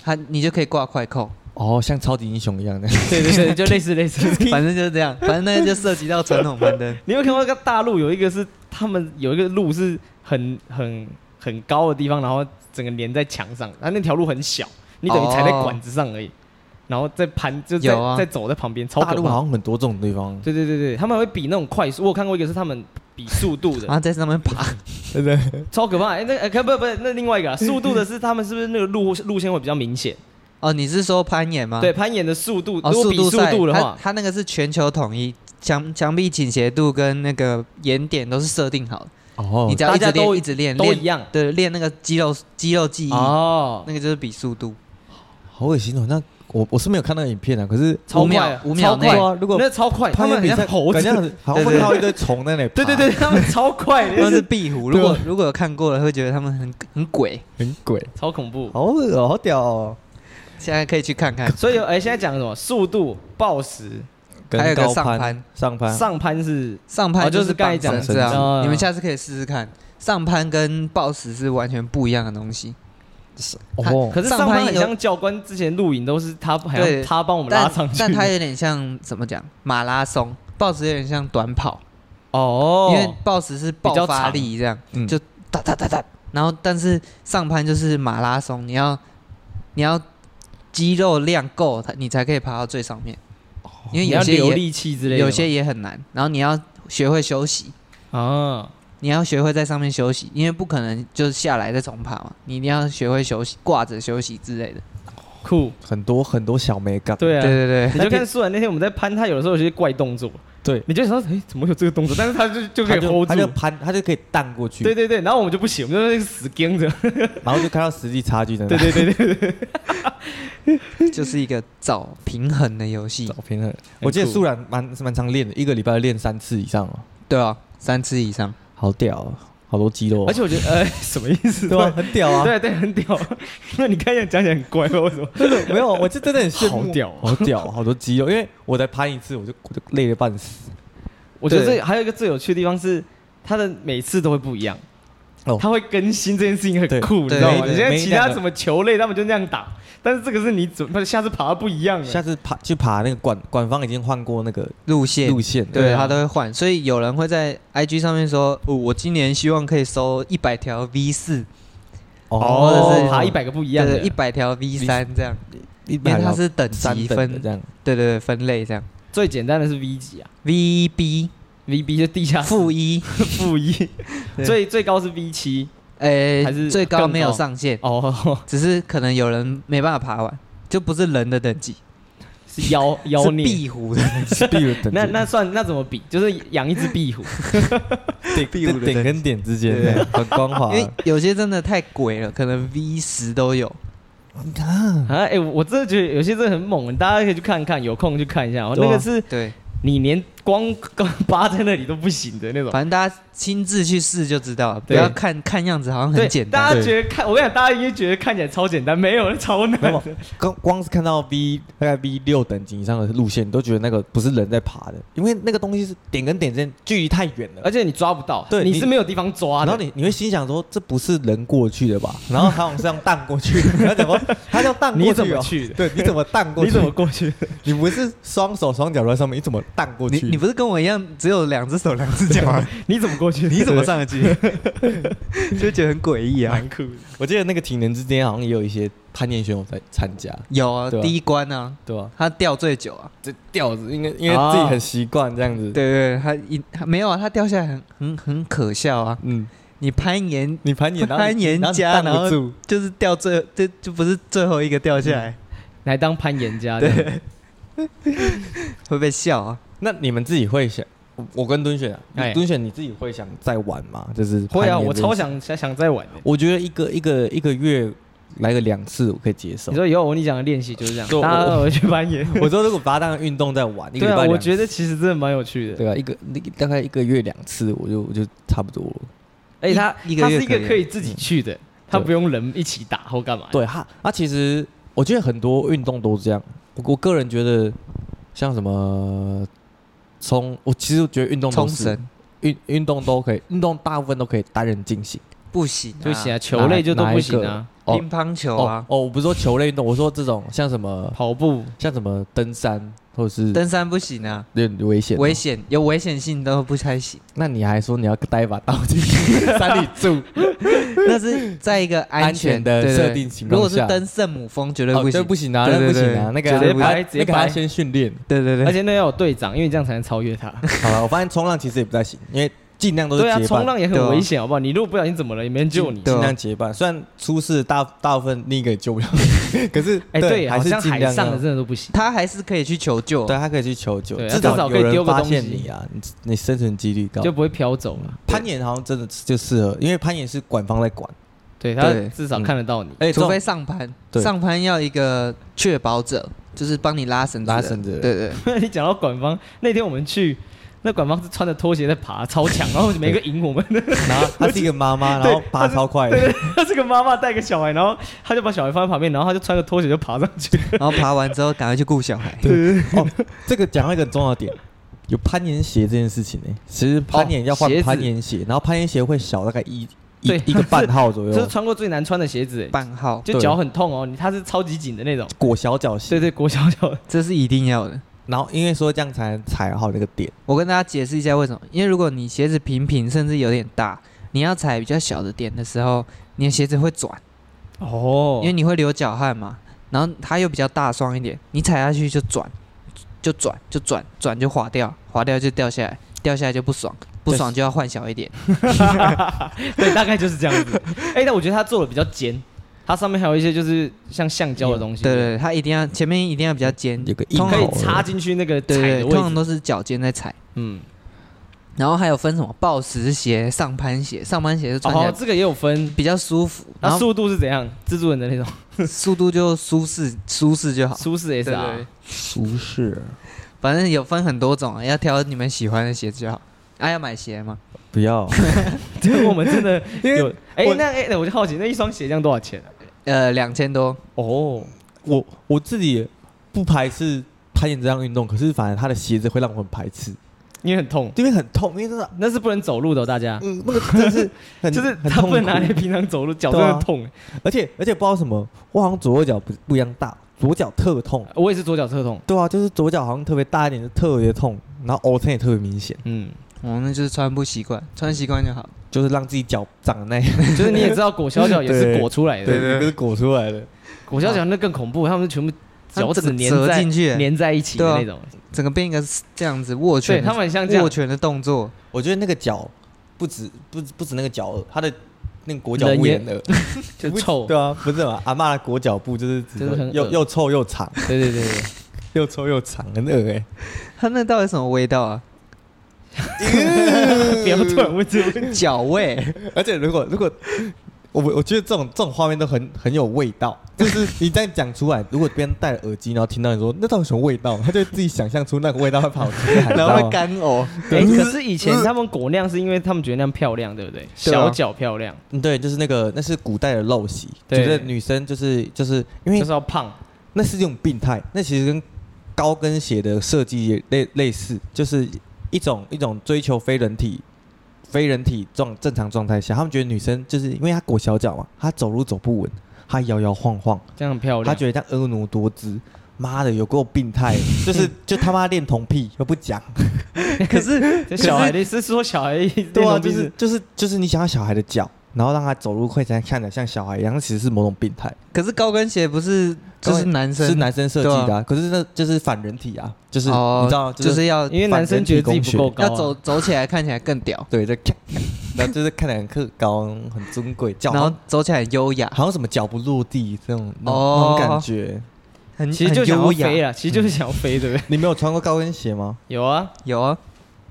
S3: 它你就可以挂快扣，
S2: 哦，像超级英雄一样的。
S1: <laughs> 对对对，就类似类似。
S3: 反正就是这样，反正那个就涉及到传统攀
S1: <laughs>
S3: 登。
S1: 你有没有看过那个大陆有一个是他们有一个路是很很很高的地方，然后整个连在墙上，它那条路很小，你等于踩在
S3: 哦
S1: 管子上而已，然后再盘就在、
S3: 有啊
S1: 再走在旁边，超
S2: 大
S1: 可
S2: 陆
S1: 怕
S2: 好。像很多这种地方，
S1: 对对对对，他们还会比那种快速，我有看过一个是他们比速度的，
S3: 然后在上面爬，
S2: 对不对？
S1: <laughs> 超可怕。哎、那哎、可不不，那另外一个、啊、速度的是他们是不是那个路路线会比较明显？
S3: 哦，你是说攀岩吗？
S1: 对，，攀岩的速度，
S3: 哦，
S1: 如果
S3: 速
S1: 比速
S3: 赛
S1: 度的
S3: 它
S1: 话，
S3: 它那个是全球统一，墙墙壁倾斜度跟那个岩点都是设定好的，
S2: 哦
S3: 你只要一直
S1: 大家都
S3: 练，一直练，
S1: 都
S3: 练
S1: 一样。
S3: 对，练那个肌肉肌肉记忆，
S1: 哦，
S3: 那个就是比速度，
S2: 好恶心哦！那我我是没有看那个影片啊，可是
S1: 超
S3: 五
S1: 快
S3: 秒
S1: 啊，
S3: 五秒
S1: 超
S3: 内
S1: 快
S2: 对啊如果
S1: 那超快，他
S2: 攀
S1: 们
S2: 岩
S1: 很
S2: 比
S1: 像
S2: 赛
S1: 猴
S2: 感觉
S1: 子。
S2: 很好
S3: 对
S2: 像
S3: 对
S2: 会看到一堆虫在那里爬，
S1: <laughs> 对对对，他们超快的，
S3: 那
S1: 就是是
S3: 壁虎。
S2: 对
S3: 如
S2: 啊
S3: 果如果有看过的，会觉得他们很很鬼。
S2: 很鬼，
S1: 超恐怖。
S2: 好恶哦，好屌哦！
S3: 现在可以去看看，
S1: 所以，哎、现在讲什么？速度、暴食、
S2: 跟
S3: 还有个
S2: 高
S3: 上
S2: 攀
S3: 攀，
S2: 上攀，
S1: 上攀是
S3: 上攀
S1: 哦就是
S3: 是
S1: 刚才
S3: 绑
S1: 讲
S2: 的
S3: 绳子
S2: 绳
S1: 子
S3: 啊，你们下次可以试试看。上攀跟暴食是完全不一样的东西，
S2: 哦，
S1: 可是
S3: 上
S1: 上
S3: 攀
S1: 攀很
S3: 有
S1: 像教官之前录影都是他，好像
S3: 对
S1: 他帮我们拉
S3: 但
S1: 上去。 <laughs>
S3: 但它有点像怎么讲马拉松，暴食有点像短跑。
S1: 哦，
S3: 因为暴食是爆发力这样，
S2: 嗯
S3: 就哒哒哒哒，然后但是上攀就是马拉松，你要你要肌肉量够，它你才可以爬到最上面，因
S1: 哦
S3: 为
S1: 你
S3: 有
S1: 要
S3: 些
S1: 流
S3: 也
S1: 力气之类的嘛，
S3: 有些也很难，然后你要学会休息，
S1: 啊，
S3: 你要学会在上面休息，因为不可能就是下来再重爬嘛，你一定要学会休息，挂着休息之类的。
S1: 酷，
S2: 很多很多小美感，
S1: 对
S3: 对
S1: 啊，
S3: 对对，
S1: 你就看素然那天我们在攀，他有的时候有些怪动作，
S2: 对，
S1: 你就想说，哎，怎么有这个动作？但是他 <laughs> 就就可
S2: 他
S1: 以 hold
S2: 他就
S1: 住，
S2: 攀，他就可以荡过去，
S1: 对对对，然后我们就不行，我们就在那死盯着，
S2: 然后就看到实力差距在
S1: <laughs>
S2: 那，
S1: 对对
S2: <laughs>
S1: 对对，
S3: <laughs> 就是一个找平衡的游戏
S2: 找，平衡。我记得素然蛮蛮常练的，一个礼拜练三次以上哦，
S3: 对啊，三次以上，
S2: 好屌哦，好多肌肉哦，
S1: <laughs> 而且我觉得，呃，什么意思？
S2: 对啊，很屌
S1: <laughs>
S2: 啊，
S1: 对对，很屌。那你看一下讲起来很怪吧？为什么？
S2: 没有，我就真的很羡慕，
S1: 好屌哦
S2: 好屌，好多肌肉，因为我才攀一次，我就我就累得半死。
S1: <laughs> 我觉得
S3: 对
S1: 最还有一个最有趣的地方是，它的每次都会不一样。
S2: 哦
S1: 它会更新这件事情很酷，你
S3: 对
S1: 知道吗？
S2: 对
S1: 你现在
S2: 每
S1: 其
S2: 两
S1: 他
S2: 个
S1: 什么球类，他们就那样打，但是这个是你准，他下次爬不一样了。
S2: 下次爬去爬那个管管方已经换过那个
S3: 路线
S2: 路线了，
S1: 对
S3: 对
S1: 啊
S3: 他都会换，所以有人会在 IG 上面说，哦、我今年希望可以收一百条 V 四，
S2: 哦
S1: 哦或
S3: 或
S1: 者
S3: 者
S1: 是
S3: 是
S1: 爬一百个不一
S3: 一
S1: 样的，
S3: 一百条 V 三这样，
S2: 一
S3: 因为它
S2: 它
S3: 是等
S2: 三
S3: 级
S2: 等
S3: 分
S2: 的，这样，
S3: 对对对，分类这样
S1: 最简单的是 V 几啊
S3: ，VB
S1: ？VB 就地下
S3: 负一，
S1: 负一，
S3: 对
S1: 最最高是 V 七
S3: 呃
S1: 还是，
S3: 最高没有
S1: 更高
S3: 上限，
S1: 哦， <laughs>
S3: 只是可能有人没办法爬完，就不是人的等级，
S1: 是妖妖
S3: 是
S1: 孽。
S3: 壁虎
S1: <laughs>
S3: 的，
S2: 是壁虎等
S1: 那
S2: 级
S1: 那算那怎么比？就是养一只壁虎，
S2: 顶
S3: 壁虎的
S2: 顶
S3: 等级
S2: 跟点之间
S3: 对
S2: 的很光滑
S3: 因，为有些真的太鬼了，可能 V 十都有，
S1: <laughs> 啊，哎、我我真的觉得有些真的很猛，大家可以去看看，有空去看一下。哦。
S2: 对啊
S1: 那个是
S3: 对，
S1: 你连光光扒在那里都不行的 <laughs> 那种。
S3: 反正大家亲自去试就知道了，不
S1: 对
S3: 要看看样子好像
S1: 对
S3: 很，简
S1: 大
S3: 单。
S1: 家觉得看，我跟你讲，大家应该觉得看起来超简单，没有，超难
S2: 没有，光光是看到 V 大概 V 六等级以上的路线，你都觉得那个不是人在爬的，因为那个东西是点跟点之间距离太远了。
S1: 而且你抓不到，
S2: 对
S1: 你
S2: 你
S1: 是没有地方抓
S2: 然
S1: 的。
S2: 后你你会心想说，这不是人过去的
S1: <laughs>
S2: 吧？然后他好像是用荡过去， <laughs> 然后怎么他叫荡过去、
S1: 你
S2: 哦？
S1: 怎么去的？
S2: 对，你怎么荡过
S1: <laughs>
S2: 去？
S1: 你怎么过去？
S2: 你不是双手双脚都在上面，你怎么荡过
S3: 你
S2: 去？
S3: 你不是跟我一样只有两只手两只脚
S2: <laughs>
S3: 吗？
S1: <laughs> 你怎么过去？
S3: 你怎么上得去？就觉得很诡异啊。
S1: 蛮酷的？
S2: 我记得那个体能之巅好像也有一些攀岩选手在参加，
S3: 有啊，
S2: 对啊
S3: 第一关啊，
S2: 对吧？
S3: 他掉最久啊。
S2: 这吊子应该因为
S1: 啊
S2: 自己很习惯这样子。，
S3: 对对，他一他没有啊，他掉下来很很很可笑啊。
S2: 嗯，
S3: 你攀岩
S2: 你攀岩，然后你
S3: 攀岩
S2: 然后你
S3: 家
S2: 荡
S3: 然后
S2: 不住，
S3: 就是掉最这就不是最后一个掉下来，
S2: 嗯
S1: 来当攀岩家的，
S3: 会被笑啊。
S2: 那你们自己会想，我我跟敦选、啊，
S1: 哎
S2: 敦选你自己会想再玩吗？就是
S1: 会啊，
S2: 攀岩
S1: 我
S2: 这件
S1: 超
S2: 事，
S1: 想想想再玩的。
S2: 我觉得一个一个一个月来个两次我可以接受
S1: 你。说以后我跟你讲的练习就是这样，
S2: 对我
S1: 大家 <laughs> 我去攀岩。
S2: <laughs> 我说如果把它当成运动在玩，一个
S1: 对
S2: 礼
S1: 啊
S2: 拜，
S1: 我
S2: 两
S1: 觉得
S2: 次
S1: 其实真的蛮有趣的。
S2: 对啊，一个那个大概一个月两次，我就我就差不多了。
S1: 而且它
S3: 一一个
S1: 它
S3: 月
S1: 哎是一个
S3: 可以
S1: 可以自己去的，它不用人一起打或干嘛。
S2: 嗯对哈，啊，其实我觉得很多运动都这样。我我个人觉得，像什么冲，我其实觉得运动都
S3: 冲
S2: 是
S3: 绳
S2: 运运动都可以，运动大部分都可以单人进行。
S3: 不行、啊，
S1: 就行啊，球类就都不行
S2: 哪
S1: 啊，
S2: 哦
S3: 乒乓球
S2: 哦
S3: 啊，
S2: 哦，我不是说球类运动，我说这种像什么
S1: 跑步
S2: 像什么登山或者是
S3: 登山不行啊，
S2: 有点危险哦，
S3: 危险有危险性都不太
S2: <laughs>
S3: 行。
S2: 那你还说你要带一把刀进去 <laughs> 山里住？
S3: 那是在一个安
S2: 安全的
S3: 对对
S2: 设定情况
S3: 如果是
S2: 下
S3: 登圣母峰，绝对
S2: 哦
S3: 不
S2: 这
S3: 行。
S2: 不行啊，
S3: 对
S2: 那
S3: 对
S2: 不行
S3: 对
S2: 啊，那个
S1: 直接
S2: 还要
S1: 掰直接
S2: 那个还要
S1: 掰
S2: 先训练。
S3: 对对对，
S1: 而且那要有队长，因为你这样才能超越他。
S2: <laughs> 好了，我发现冲浪其实也不太行，因为尽 <laughs> 量都是
S1: 对啊，
S2: 结
S1: 冲
S2: 伴。
S1: 浪也
S3: 对啊
S1: 很危险，好不好？你如果不小心怎么了，也没人救你。
S3: 对啊
S2: 尽量结伴，虽然出事大大部分另一个也救不了， <laughs> 可是
S1: 哎，对，好
S2: 还是
S1: 像
S2: 尽
S1: 海
S2: 量啊
S1: 上
S2: 要
S1: 的真的都不行。
S3: 他还是可以去求救。啊
S2: 对他可以去求救，
S1: 对啊
S2: 至
S1: 至少可以
S2: 有人
S1: 丢个
S2: 发
S1: 东西
S2: 现你啊，你你生存几率高
S1: 就。不会飘走了，
S2: 攀岩好像真的就适合，因为攀岩是官方在管，
S1: 对他
S3: 对
S1: 至少
S2: 嗯
S1: 看得到你。 <laughs>
S2: 而且
S3: 除非上攀，
S2: 对
S3: 上攀要一个确保者，就是帮你拉绳子的，
S2: 拉绳子的
S3: 对对，
S1: 你讲到管方，那天我们去，那管方是穿着拖鞋在爬，超
S2: <laughs>
S1: 强，然后每个赢我们的。
S2: 这种然后她是一个妈妈，然后爬超快的，
S1: 他是个妈妈带个小孩，然后他就把小孩放在旁边，然后他就穿个拖鞋就爬上去。
S3: 然后爬完之后赶快去顾小
S2: <laughs>
S3: 孩。
S2: 哦， <laughs> 这个讲到一个很重要的点，有攀岩鞋这件事情呢、其实攀岩要
S1: 哦
S2: 换
S1: 鞋子
S2: 攀岩鞋，然后攀岩鞋会小大概一一
S1: 对
S2: 一个半号左
S1: 这
S2: <laughs>
S1: 是
S2: 右，
S1: 穿过最难穿的鞋子，哎
S3: 半号，
S1: 就脚很痛哦，你他是超级紧的那种。
S2: 裹小脚鞋。
S1: 对对，裹小脚的，
S3: 这是一定要的。
S2: 然后因为说这样才能踩好那个点，
S3: 我跟大家解释一下为什么，因为如果你鞋子平平，甚至有点大，你要踩比较小的点的时候，你的鞋子会转，
S1: 哦 <laughs>
S3: 因为你会流脚汗嘛。然后它又比较大双一点，你踩下去就转，就转，就转，转就滑掉，滑掉就掉下来，掉下来就不爽，不爽就要换小一点。
S1: 对，大概就是这样子。 <laughs> 哎，但我觉得他做的比较尖，它上面还有一些就是像橡胶的东西，
S3: 对对，对它一定要前面一定要比较尖，
S2: 有个硬
S3: 通
S1: 可
S3: 常
S1: 以
S2: 口
S1: 插进去那个踩
S3: 对对
S1: 的
S3: 对，
S1: 位
S3: 通常
S1: 置。
S3: 都是脚尖在踩。
S1: 嗯，
S3: 然后还有分什么抱石鞋、上攀鞋，上攀鞋是穿起
S1: 哦啊
S3: 来，
S1: 这个也有分。
S3: 比较舒服，
S1: 那
S3: 然后
S1: 速度是怎样？蜘蛛人的那种
S3: 速度就
S1: <laughs>
S3: 舒适舒适就好。
S1: 舒适 S
S3: 对
S1: R
S3: 对。
S2: 舒适，
S3: 反正有分很多种啊，要挑你们喜欢的鞋子就好。啊，要买鞋吗？
S2: 不 <laughs> 要
S1: 对，我们真
S3: <laughs>
S1: 的有哎、
S2: 我
S1: 那哎、那我就好奇，那一双鞋这样多少钱啊？
S3: 呃，两千多，
S1: 哦，
S2: 我我自己也不排斥攀岩这项运动，可是反而他的鞋子会让我很排斥，
S1: 因为很痛，
S2: 因为很痛，因为真的，
S1: 那是不能走路的哦、大家，
S2: 嗯，那个真的是 <laughs> 很
S1: 就是
S2: 很
S1: 他
S2: 痛
S1: 不能拿
S2: 苦
S1: 来平常走路，脚真的
S3: 啊
S1: 痛、
S2: 而且而且不知道什么，我好像左右脚不不一样大，左脚特痛。
S1: 我也是左脚侧痛，
S2: 对啊，就是左脚好像特别大一点，就特别痛，然后 O 疼也特别明显，
S1: 嗯，
S3: 我们就是穿不习惯，穿习惯就好。
S2: 就是让自己脚长得那样，
S1: 就是你也知道
S3: <laughs>
S1: 裹小脚也是
S2: 对
S1: 裹出来的，
S2: 对， <laughs> 就是裹出来的。
S1: 裹小脚那更恐怖，他们全部脚趾
S3: 它整个
S1: 粘
S3: 折
S1: 在
S3: 进去，
S1: 粘在一起的那种，
S3: 整个变一个这样子握
S1: 对
S3: 拳，
S1: 他们很像这样
S3: 握，拳的动作，
S2: 我觉得那个脚不止不止不止那个脚颚，他的那个裹脚
S1: 人
S2: 部
S1: 也
S2: 也
S1: <laughs>
S2: 恶，
S1: 就
S2: 不止
S1: 臭，
S2: <laughs> 对啊，不是嘛？阿嬷的裹脚部就是只
S1: 就是很恶
S2: 又又臭又长， <laughs>
S1: 对对对对，
S2: 又臭又长，很恶哎、
S3: 它那到底什么味
S1: <laughs>
S3: 道啊？
S1: <laughs> 不要突然问这个问题，
S3: 脚味，
S2: 而且如果如果我我觉得这种这种画面都很很有味道，就是 <laughs> 你这样讲出来，如果别人戴耳机，然后听到你说那到底什么味道，他就自己想象出那个味道会跑出 <laughs> 来，
S3: 然
S2: 然
S3: 后
S2: 后
S3: 会干
S1: <laughs>
S3: 呕。
S1: 哎，可是以前他们果酿是因为他们觉得那样漂亮，对不对？
S3: 啊
S1: 小脚漂亮，
S2: 对，就是那个那是古代的陋习，觉
S1: 对
S2: 得女生就是就是因为
S1: 就是要胖。
S2: 那是一种病态，那其实跟高跟鞋的设计也类类似，就是一种一种追求非人体、非人体状正常状态下，他们觉得女生就是因为她裹小脚嘛，她走路走不稳，她摇摇晃晃，
S1: 这样很漂亮。 <laughs>
S2: 她觉得她婀娜多姿。妈的，有够病 <laughs> 态，就是就他妈恋童癖又不讲，
S3: 可是
S1: 这小孩的是说小孩
S2: <laughs> 对
S1: 那
S2: 啊，
S1: 种
S2: 就
S1: 病
S2: 是就是就是你想要小孩的脚，然后让他走路会才看起来像小孩一样，那其实是某种病态，
S3: 可是高跟鞋不是就是男生
S2: 是男生设计
S3: 对
S2: 的、啊，可是那就是反人体啊，就是、
S3: 哦
S2: 你知道，
S3: 就是要
S1: 因为男生觉得自己不够高啊，
S3: 要走走起来看起来更屌，
S2: 对，在看， <laughs> 然后就是看起来很客高、很尊贵，脚
S3: 然
S2: 好
S3: 后
S2: 像
S3: 走起来优雅，
S2: 好像什么脚不落地这种那种
S3: 哦
S2: 那种感觉。
S3: 很
S1: 其实就
S3: 啊嗯很
S1: 想要
S3: 优雅
S1: 飞。了，啊其实就是想要飞，对不对？
S2: 你没有穿过高跟鞋 <laughs> 吗？
S1: 有啊，
S3: 有啊，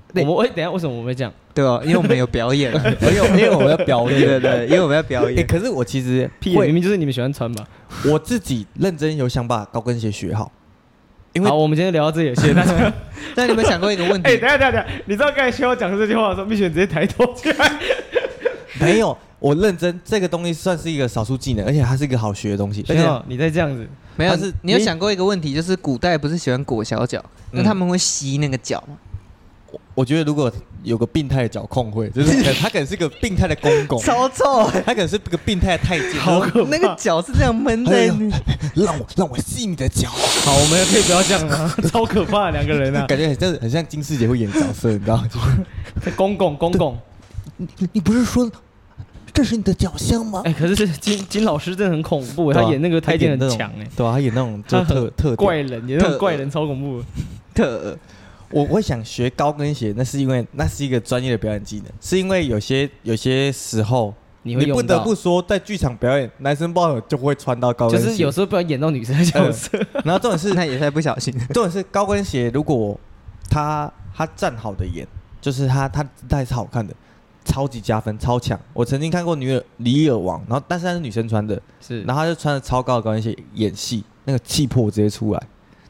S1: 我
S3: 对
S1: 们会哎等一下为什么我们会讲？
S3: 对啊，因为我们有表演，
S2: 因为因为我要表 <laughs>
S3: 对对
S2: 演。
S3: 对，因为我们要表
S2: <laughs> 哎，
S3: 演。
S2: 可是我其实
S1: 屁，啊明
S2: 会，
S1: 明就是你们喜欢穿吧。
S2: 我自己认真有想把高跟鞋学好，因为
S1: 好，我们今天聊到这里，谢谢大家。
S3: 但你们想过一个
S1: <laughs>
S3: 问
S4: 哎，
S3: 题
S4: 等一？下等一下等一下，你知道刚才薛耀讲这句话的时候，蜜雪直接抬头起
S2: <laughs>
S4: 来。
S2: 没有我认真这个东西算是一个少数技能，而且它是一个好学的东西，而
S1: 没
S2: 且
S1: 有，你再这样子，
S3: 没有
S2: 但是，
S3: 你有
S2: 你
S3: 想过一个问题，就是古代不是喜欢裹小脚，那
S2: 嗯
S3: 他们会吸那个脚吗？
S2: 我觉得如果有个病态的脚控会，就是
S1: <laughs>
S2: 可能他可能是个病态的公公，
S3: 超臭
S2: <laughs>
S3: 欸，
S2: 他可能是个病态的太监，
S4: 好可怕
S3: 那个脚是这样闷
S2: 哎
S3: 在
S2: 呦，让我让我吸你的脚。
S1: 好，我们可以不要这样啊 <laughs> 了。
S4: 超可怕，两
S2: <laughs>
S4: 个人啊！
S2: 感觉很像很像金世杰会演角色，你知道吗？
S1: <laughs> 公公公公，
S2: 你你不是说这是你的脚香吗？
S1: 哎，可是这金金老师真的很恐怖，
S2: 对
S1: 他
S2: 啊
S1: 演那个太监
S2: 他
S1: 很
S2: 演那种
S1: 强哎，
S2: 对啊，他演那种就
S1: 他
S2: 特
S1: 很
S2: 特
S1: 怪
S2: 点。
S1: 人，演那
S2: 特
S1: 种怪人超恐怖的。
S3: 特，
S2: 我我想学高跟鞋，那是因为那是一个专业的表演技能，是因为有些有些时候
S1: 你会用
S2: 不
S1: 到
S2: 得不说，在剧场表演，男生不好就会穿到高
S1: 就
S2: 跟鞋。
S1: 是有时候不要演到女生的角色，
S2: 然后重点是
S3: 那也是不小心。
S2: 重点是高跟鞋，如果它它站好的眼，就是它它姿态是好看的，超级加分，超强。我曾经看过女耳里耳王，然后但是她是女生穿的，
S1: <laughs> 是
S2: 然后她就穿着超高的高跟鞋演戏，那个气魄直接出来。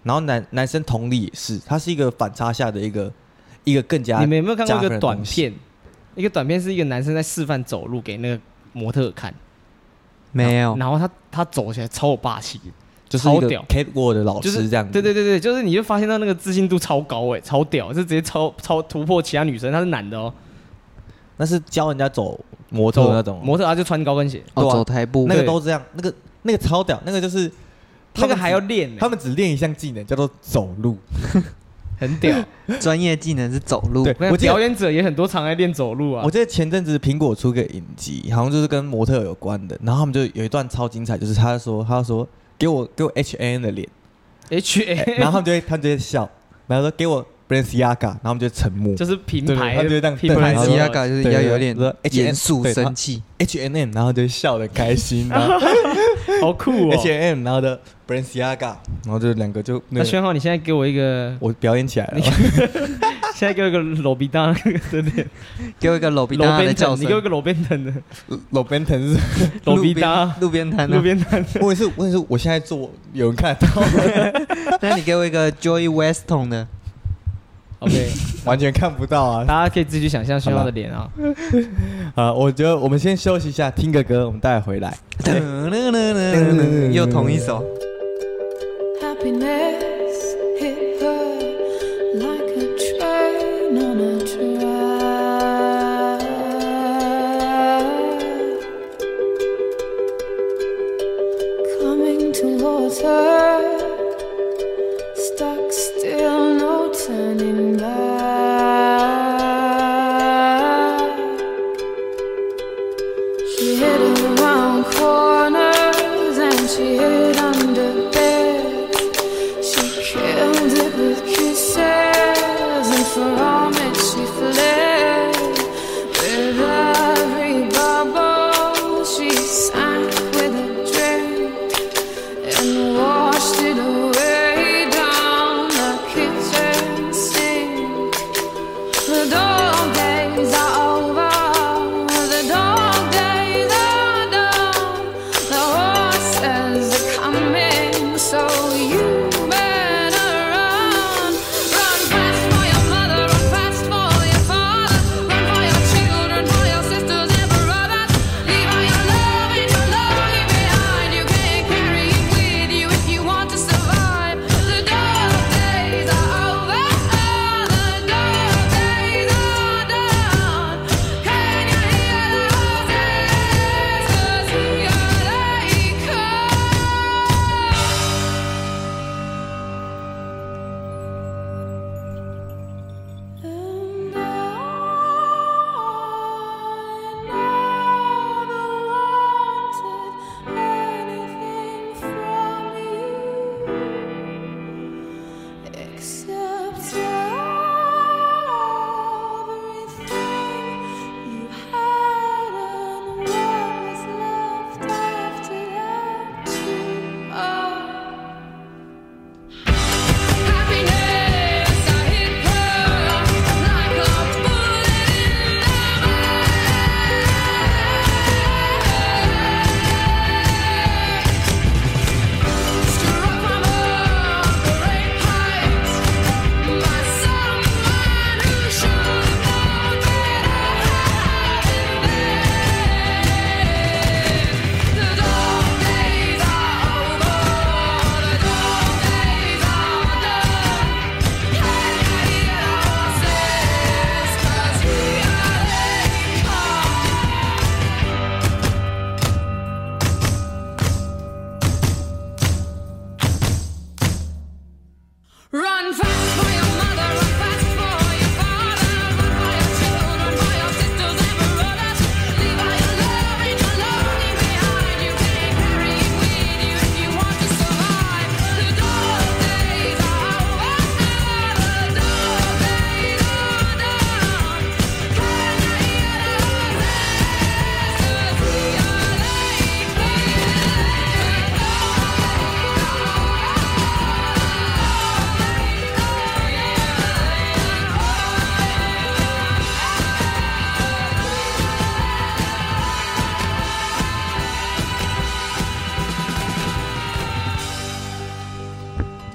S2: 然后男男生同理也是，它是一个反差下的一个一个更加
S1: 你们有没有看过一
S2: 加分
S1: 个
S2: 的
S1: 短
S2: 东西
S1: 片？一个短片是一个男生在示范走路给那个模特看，
S3: <laughs> 没有，
S1: 然后他他走起来超有霸气，
S2: 就是一
S1: 超
S2: 个
S1: 屌
S2: catwalk 的老
S1: 就是
S2: 师这样子，
S1: 对对对对，就是你就发现到那个自信度超高哎、超屌，就直接超超突破其他女生，他是男的哦，
S2: 那是教人家走模特的那种哦，
S1: 模特他就穿高跟鞋，
S2: 对
S3: 哦，
S2: 啊
S3: 走台步
S2: 那个
S1: 对
S2: 都这样，那个那个超屌，那个就是他
S1: 那
S2: 们
S1: 个还要
S2: 只
S1: 练、欸
S2: 他，们只练一项技能叫做走路，
S1: 很屌。
S3: 专业技能是走路
S2: 对，
S1: 我跟
S2: <laughs> 我
S1: 你
S2: 记
S1: 讲
S2: 得
S1: 表演者也很多常在练走路啊
S2: 我，记得前阵子苹果出个影集，好像就是跟模特有关的，然后他们就有一段超精彩，就是他说他说给我给我 H A N
S1: <laughs>
S2: 的脸，
S1: H
S2: <laughs> 哎
S1: A，
S2: 然后他们就会他们就会笑，然后说给我 Balenciaga，然后他们就沉默。
S1: 就是品
S2: 对
S1: 牌
S2: 他们就这样
S1: 品牌啊
S2: 对
S1: 的
S2: 他
S3: 西
S2: 们
S3: 亚
S1: 感
S3: 感就是
S2: 对
S3: 要
S2: 对
S3: 有
S2: 对
S3: 点
S2: 对对
S3: 严肃
S2: 对
S3: 生
S2: 他
S3: 气，
S2: H N M，然后 H&M，就笑的开心，然 <laughs> 后
S1: 好酷
S2: H
S1: 哦。
S2: N M，然后的 Balenciaga，然后就两个就
S1: 那
S2: 那个
S1: 宣浩，你现在给我一个，
S2: 我表演起来了， <laughs>
S1: 现在给我一个罗比当的脸，
S3: 给我一个搂比
S1: 罗
S3: 达的
S1: 宾
S3: 叫
S1: 腾，
S3: 声
S1: 你给我。一个罗宾腾的，
S2: 老 Benton <laughs> 是，
S1: 罗
S3: 路
S1: 比
S3: 边
S1: 达，
S3: 路边摊啊
S1: 路，边摊，
S2: 我也是我也是，我现在做有人看得到， <laughs>
S3: 那你给我一个 Joy Weston 的，
S1: OK，
S2: 完全看不到啊，
S1: 大家可以自己去想象宣浩的脸啊。
S2: 啊，我觉得我们先休息一下，听个歌，我们待会回来。
S3: 又同一首。
S5: Happiness hit her like a train on a track. Coming towards her, stuck still, no turning back. She hid around corners and she hid under Oh.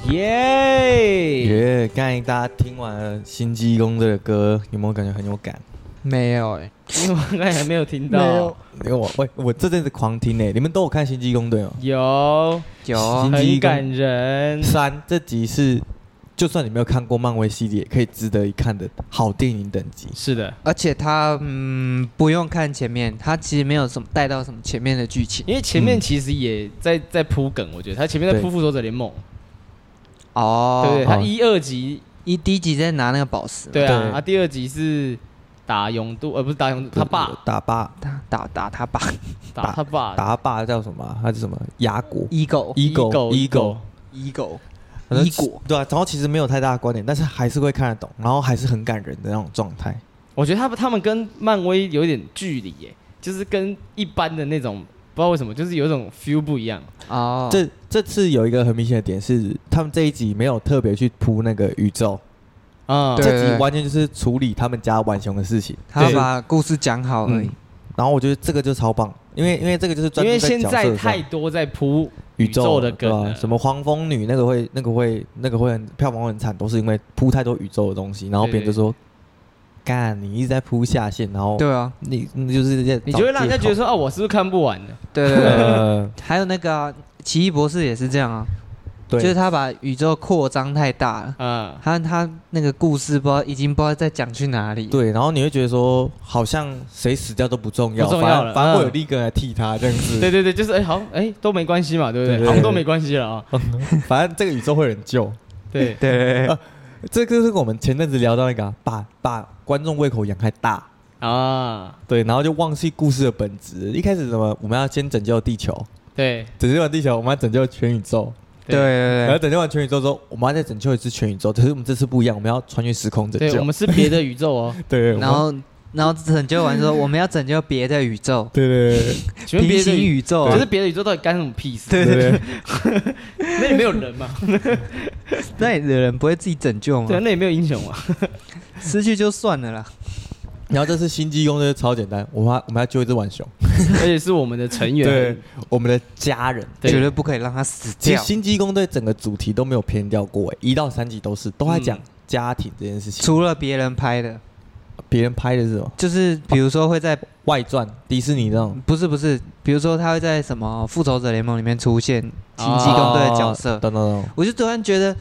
S1: 耶！ <laughs>
S2: 耶！刚才大家听完了新济公这个歌，有没有感觉很有感？
S3: 没有哎、
S1: 因为我刚才还没有听到，
S2: 因为我喂，我这阵子狂听欸诶、你们都有看新济公对哦吗？
S1: 有
S3: 有啊
S2: 新
S1: 很
S2: 济公
S1: 感人，
S2: 三这集是，就算你没有看过漫威系列，也可以值得一看的好电影等级。
S1: 是的，
S3: 而且他嗯不用看前面，他其实没有什么带到什么前面的剧情
S1: 因为前面
S2: 嗯
S1: 其实也在在铺梗，我觉得他前面在
S2: 对
S1: 铺《复仇者联盟》，
S3: 哦
S1: 对不对？他
S2: 哦
S1: 一二集
S3: 一第一集在拿那个宝石嘛，
S1: 对啊
S2: 对，
S1: 啊第二集是打勇度，呃不是打勇度，他爸
S2: 打爸
S3: 打打打他爸
S1: 打他爸
S2: 打爸叫什么啊？他是什么？牙国
S3: ego
S2: 伊狗伊狗
S3: ego
S2: 反正
S3: 伊果
S2: 对啊，然后其实没有太大的观点，但是还是会看得懂，然后还是很感人的那种状态。
S1: 我觉得他们他们跟漫威有一点距离耶，就是跟一般的那种不知道为什么，就是有一种 feel 不一样。
S3: 哦，
S2: 这这次有一个很明显的点是，他们这一集没有特别去铺那个宇宙，
S1: 啊
S3: 对
S2: 这集完全就是处理他们家浣熊的事情。
S3: 他
S1: 对
S3: 把故事讲好而已
S2: 嗯，然后我觉得这个就超棒，因为因为这个就是
S1: 因
S2: 专注
S1: 为
S2: 在
S1: 现
S2: 角色
S1: 在
S2: 上
S1: 太多在铺
S2: 宇宙
S1: 的
S2: 了对
S1: 梗啊
S2: 吧
S1: 了，
S2: 什么黄蜂女那个会那个会那个会很票房会很惨，都是因为铺太多宇宙的东西，然后别人就说。干，你一直在铺下线，然后
S3: 对啊，
S2: 你你就是在
S1: 你就会让人家觉得
S2: 说，
S1: 说啊，我是不是看不完的？
S3: 对对对，
S1: <laughs>
S2: 呃，
S3: 还有那个啊、奇异博士也是这样啊，
S2: 对，
S3: 就是他把宇宙扩张太大了，
S1: 啊，
S3: 他他那个故事不知道已经不知道在讲去哪里，
S2: 对，然后你会觉得说，好像谁死掉都不重要，
S1: 不重要
S2: 反
S1: 了
S2: 正反正我有
S1: 嗯
S2: 另一个人来替他这样
S1: <laughs>
S2: 子。
S1: 对对对，就是哎，好像哎都没关系嘛，对不对？
S2: 对对
S1: 好像都没关系
S2: <laughs>
S1: 了啊。
S2: 反正这个宇宙会有人救。
S1: 对，
S2: 对，这个是我们前阵子聊到那个啊、把把观众胃口养太大，
S1: 啊，
S2: 对，然后就忘记故事的本质。一开始什么，我们要先拯救地球，
S1: 对
S2: 拯救完地球，我们要拯救全宇宙，
S3: 对对
S2: 然后
S3: 对
S2: 拯救完全宇宙之后，我们要再拯救一次全宇宙。可是我们这次不一样，我们要穿越时空拯
S1: 对，
S2: 救
S1: 我。们是别的宇宙
S2: <laughs>
S1: 哦。
S3: 对，
S2: 对，我们
S3: 然后然后拯救完之后，我们要拯救别的宇宙，
S2: 对对对
S1: 请问
S3: 平
S1: 别的
S3: 行
S1: 宇，
S3: 宇宙啊，
S1: 就是别的宇宙到底干什么屁事？
S2: 对对对，
S1: 那里没有人
S2: <laughs>
S1: 嘛？
S3: 那里的人不会自己拯救
S1: 对啊，
S3: 吗？
S1: 那里没有英雄
S2: <laughs>
S1: 嘛？
S3: 失去就算了啦，
S2: 然后这次星际工就是超简单，我们要我们要救一只浣熊，
S1: 而且是我们的成员
S2: 对，，我们的家人。
S1: 对
S3: 绝对不可以让他死
S2: 其实
S3: 掉，
S2: 新机工队整个主题都没有偏掉过，哎，一到三集都是都在讲家庭这件事情。
S3: 除了别人拍的，
S2: 别人拍的是什么
S3: 就是比如说会在
S2: 外传，迪士尼那种
S3: 不是不是，比如说他会在什么复仇者联盟里面出现
S2: 啊
S3: 新济公队的角
S1: 哦
S3: 色，
S2: 等等等，
S3: 我就突然觉得，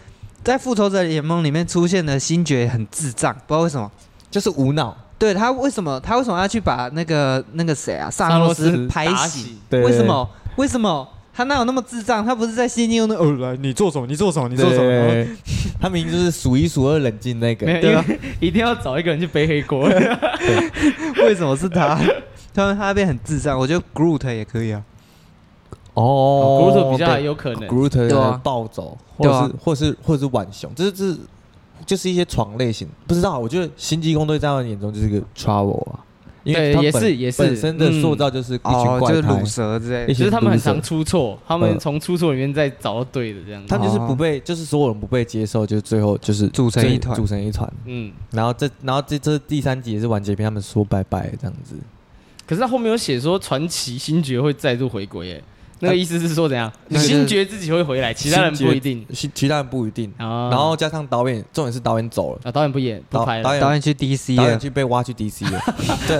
S3: 在复仇者联盟里面出现的星爵很智障，不知道为什么。
S2: 就是无脑。
S3: 对他为什么他为什么要去把那个那个谁啊萨
S1: 萨
S3: 诺
S1: 诺
S3: 斯
S1: 斯
S3: 拍
S1: 打
S3: 醒
S1: 醒？
S2: 对
S3: 为什么？为什么？他哪有那么智障？他不是在新用那哦来你做什么？你做什么？你做什么？然后
S2: 对， <laughs> 他明明就是数一数二冷静那个
S1: 没有，，
S2: 对啊
S1: 因
S2: 吧？
S1: 为 <laughs> 一定要找一个人去背黑
S2: <laughs>
S1: 锅。
S3: <laughs>
S1: <laughs>
S3: 为什么是他？他他变很智障，我觉得 Groot 也可以啊。
S2: 哦
S1: Groot 比较有可能，
S2: Groot
S3: 对
S2: 的
S3: 啊
S2: 暴走，或
S3: 对
S2: 者
S3: 啊
S2: 是或是或者是浣熊，这是这就是一些床类型，不知道。我觉得星际工队在我眼中就是一个 trouble 啊，因
S1: 对
S2: 为他
S1: 也
S2: 本
S1: 是也是
S2: 本身的
S1: 嗯
S2: 塑造就是一群
S3: 哦，
S2: 怪
S3: 就是
S2: 胎
S3: 乳。蛇之类
S2: 一
S3: 的。
S1: 只是他们很常
S2: loser
S1: 出错，他们
S2: 嗯
S1: 从出错里面再找到对的这样子
S2: 他。们就是不被，就是所有人不被接受，就是最后就是
S3: 哦组成
S2: 最
S3: 一团
S2: 组成一团。
S1: 嗯，
S2: 然后这，然后这这第三集也是完结篇，他们说拜拜这样子。
S1: 可是他后面有写说传奇星爵会再度回归，哎，那个意思是说怎样？
S3: 那个
S1: 星爵自己会回来，其他人不一定。
S2: 其其他人不一定。
S1: 啊
S2: 然后加上导演，重点是导演走了，
S1: 啊，导演不演不
S2: 导
S1: 拍
S2: 导
S1: 了
S2: 演
S3: 导演去啊 DC
S2: 导演
S3: 了，
S2: 去被挖去 DC
S1: <laughs>
S2: 了。对，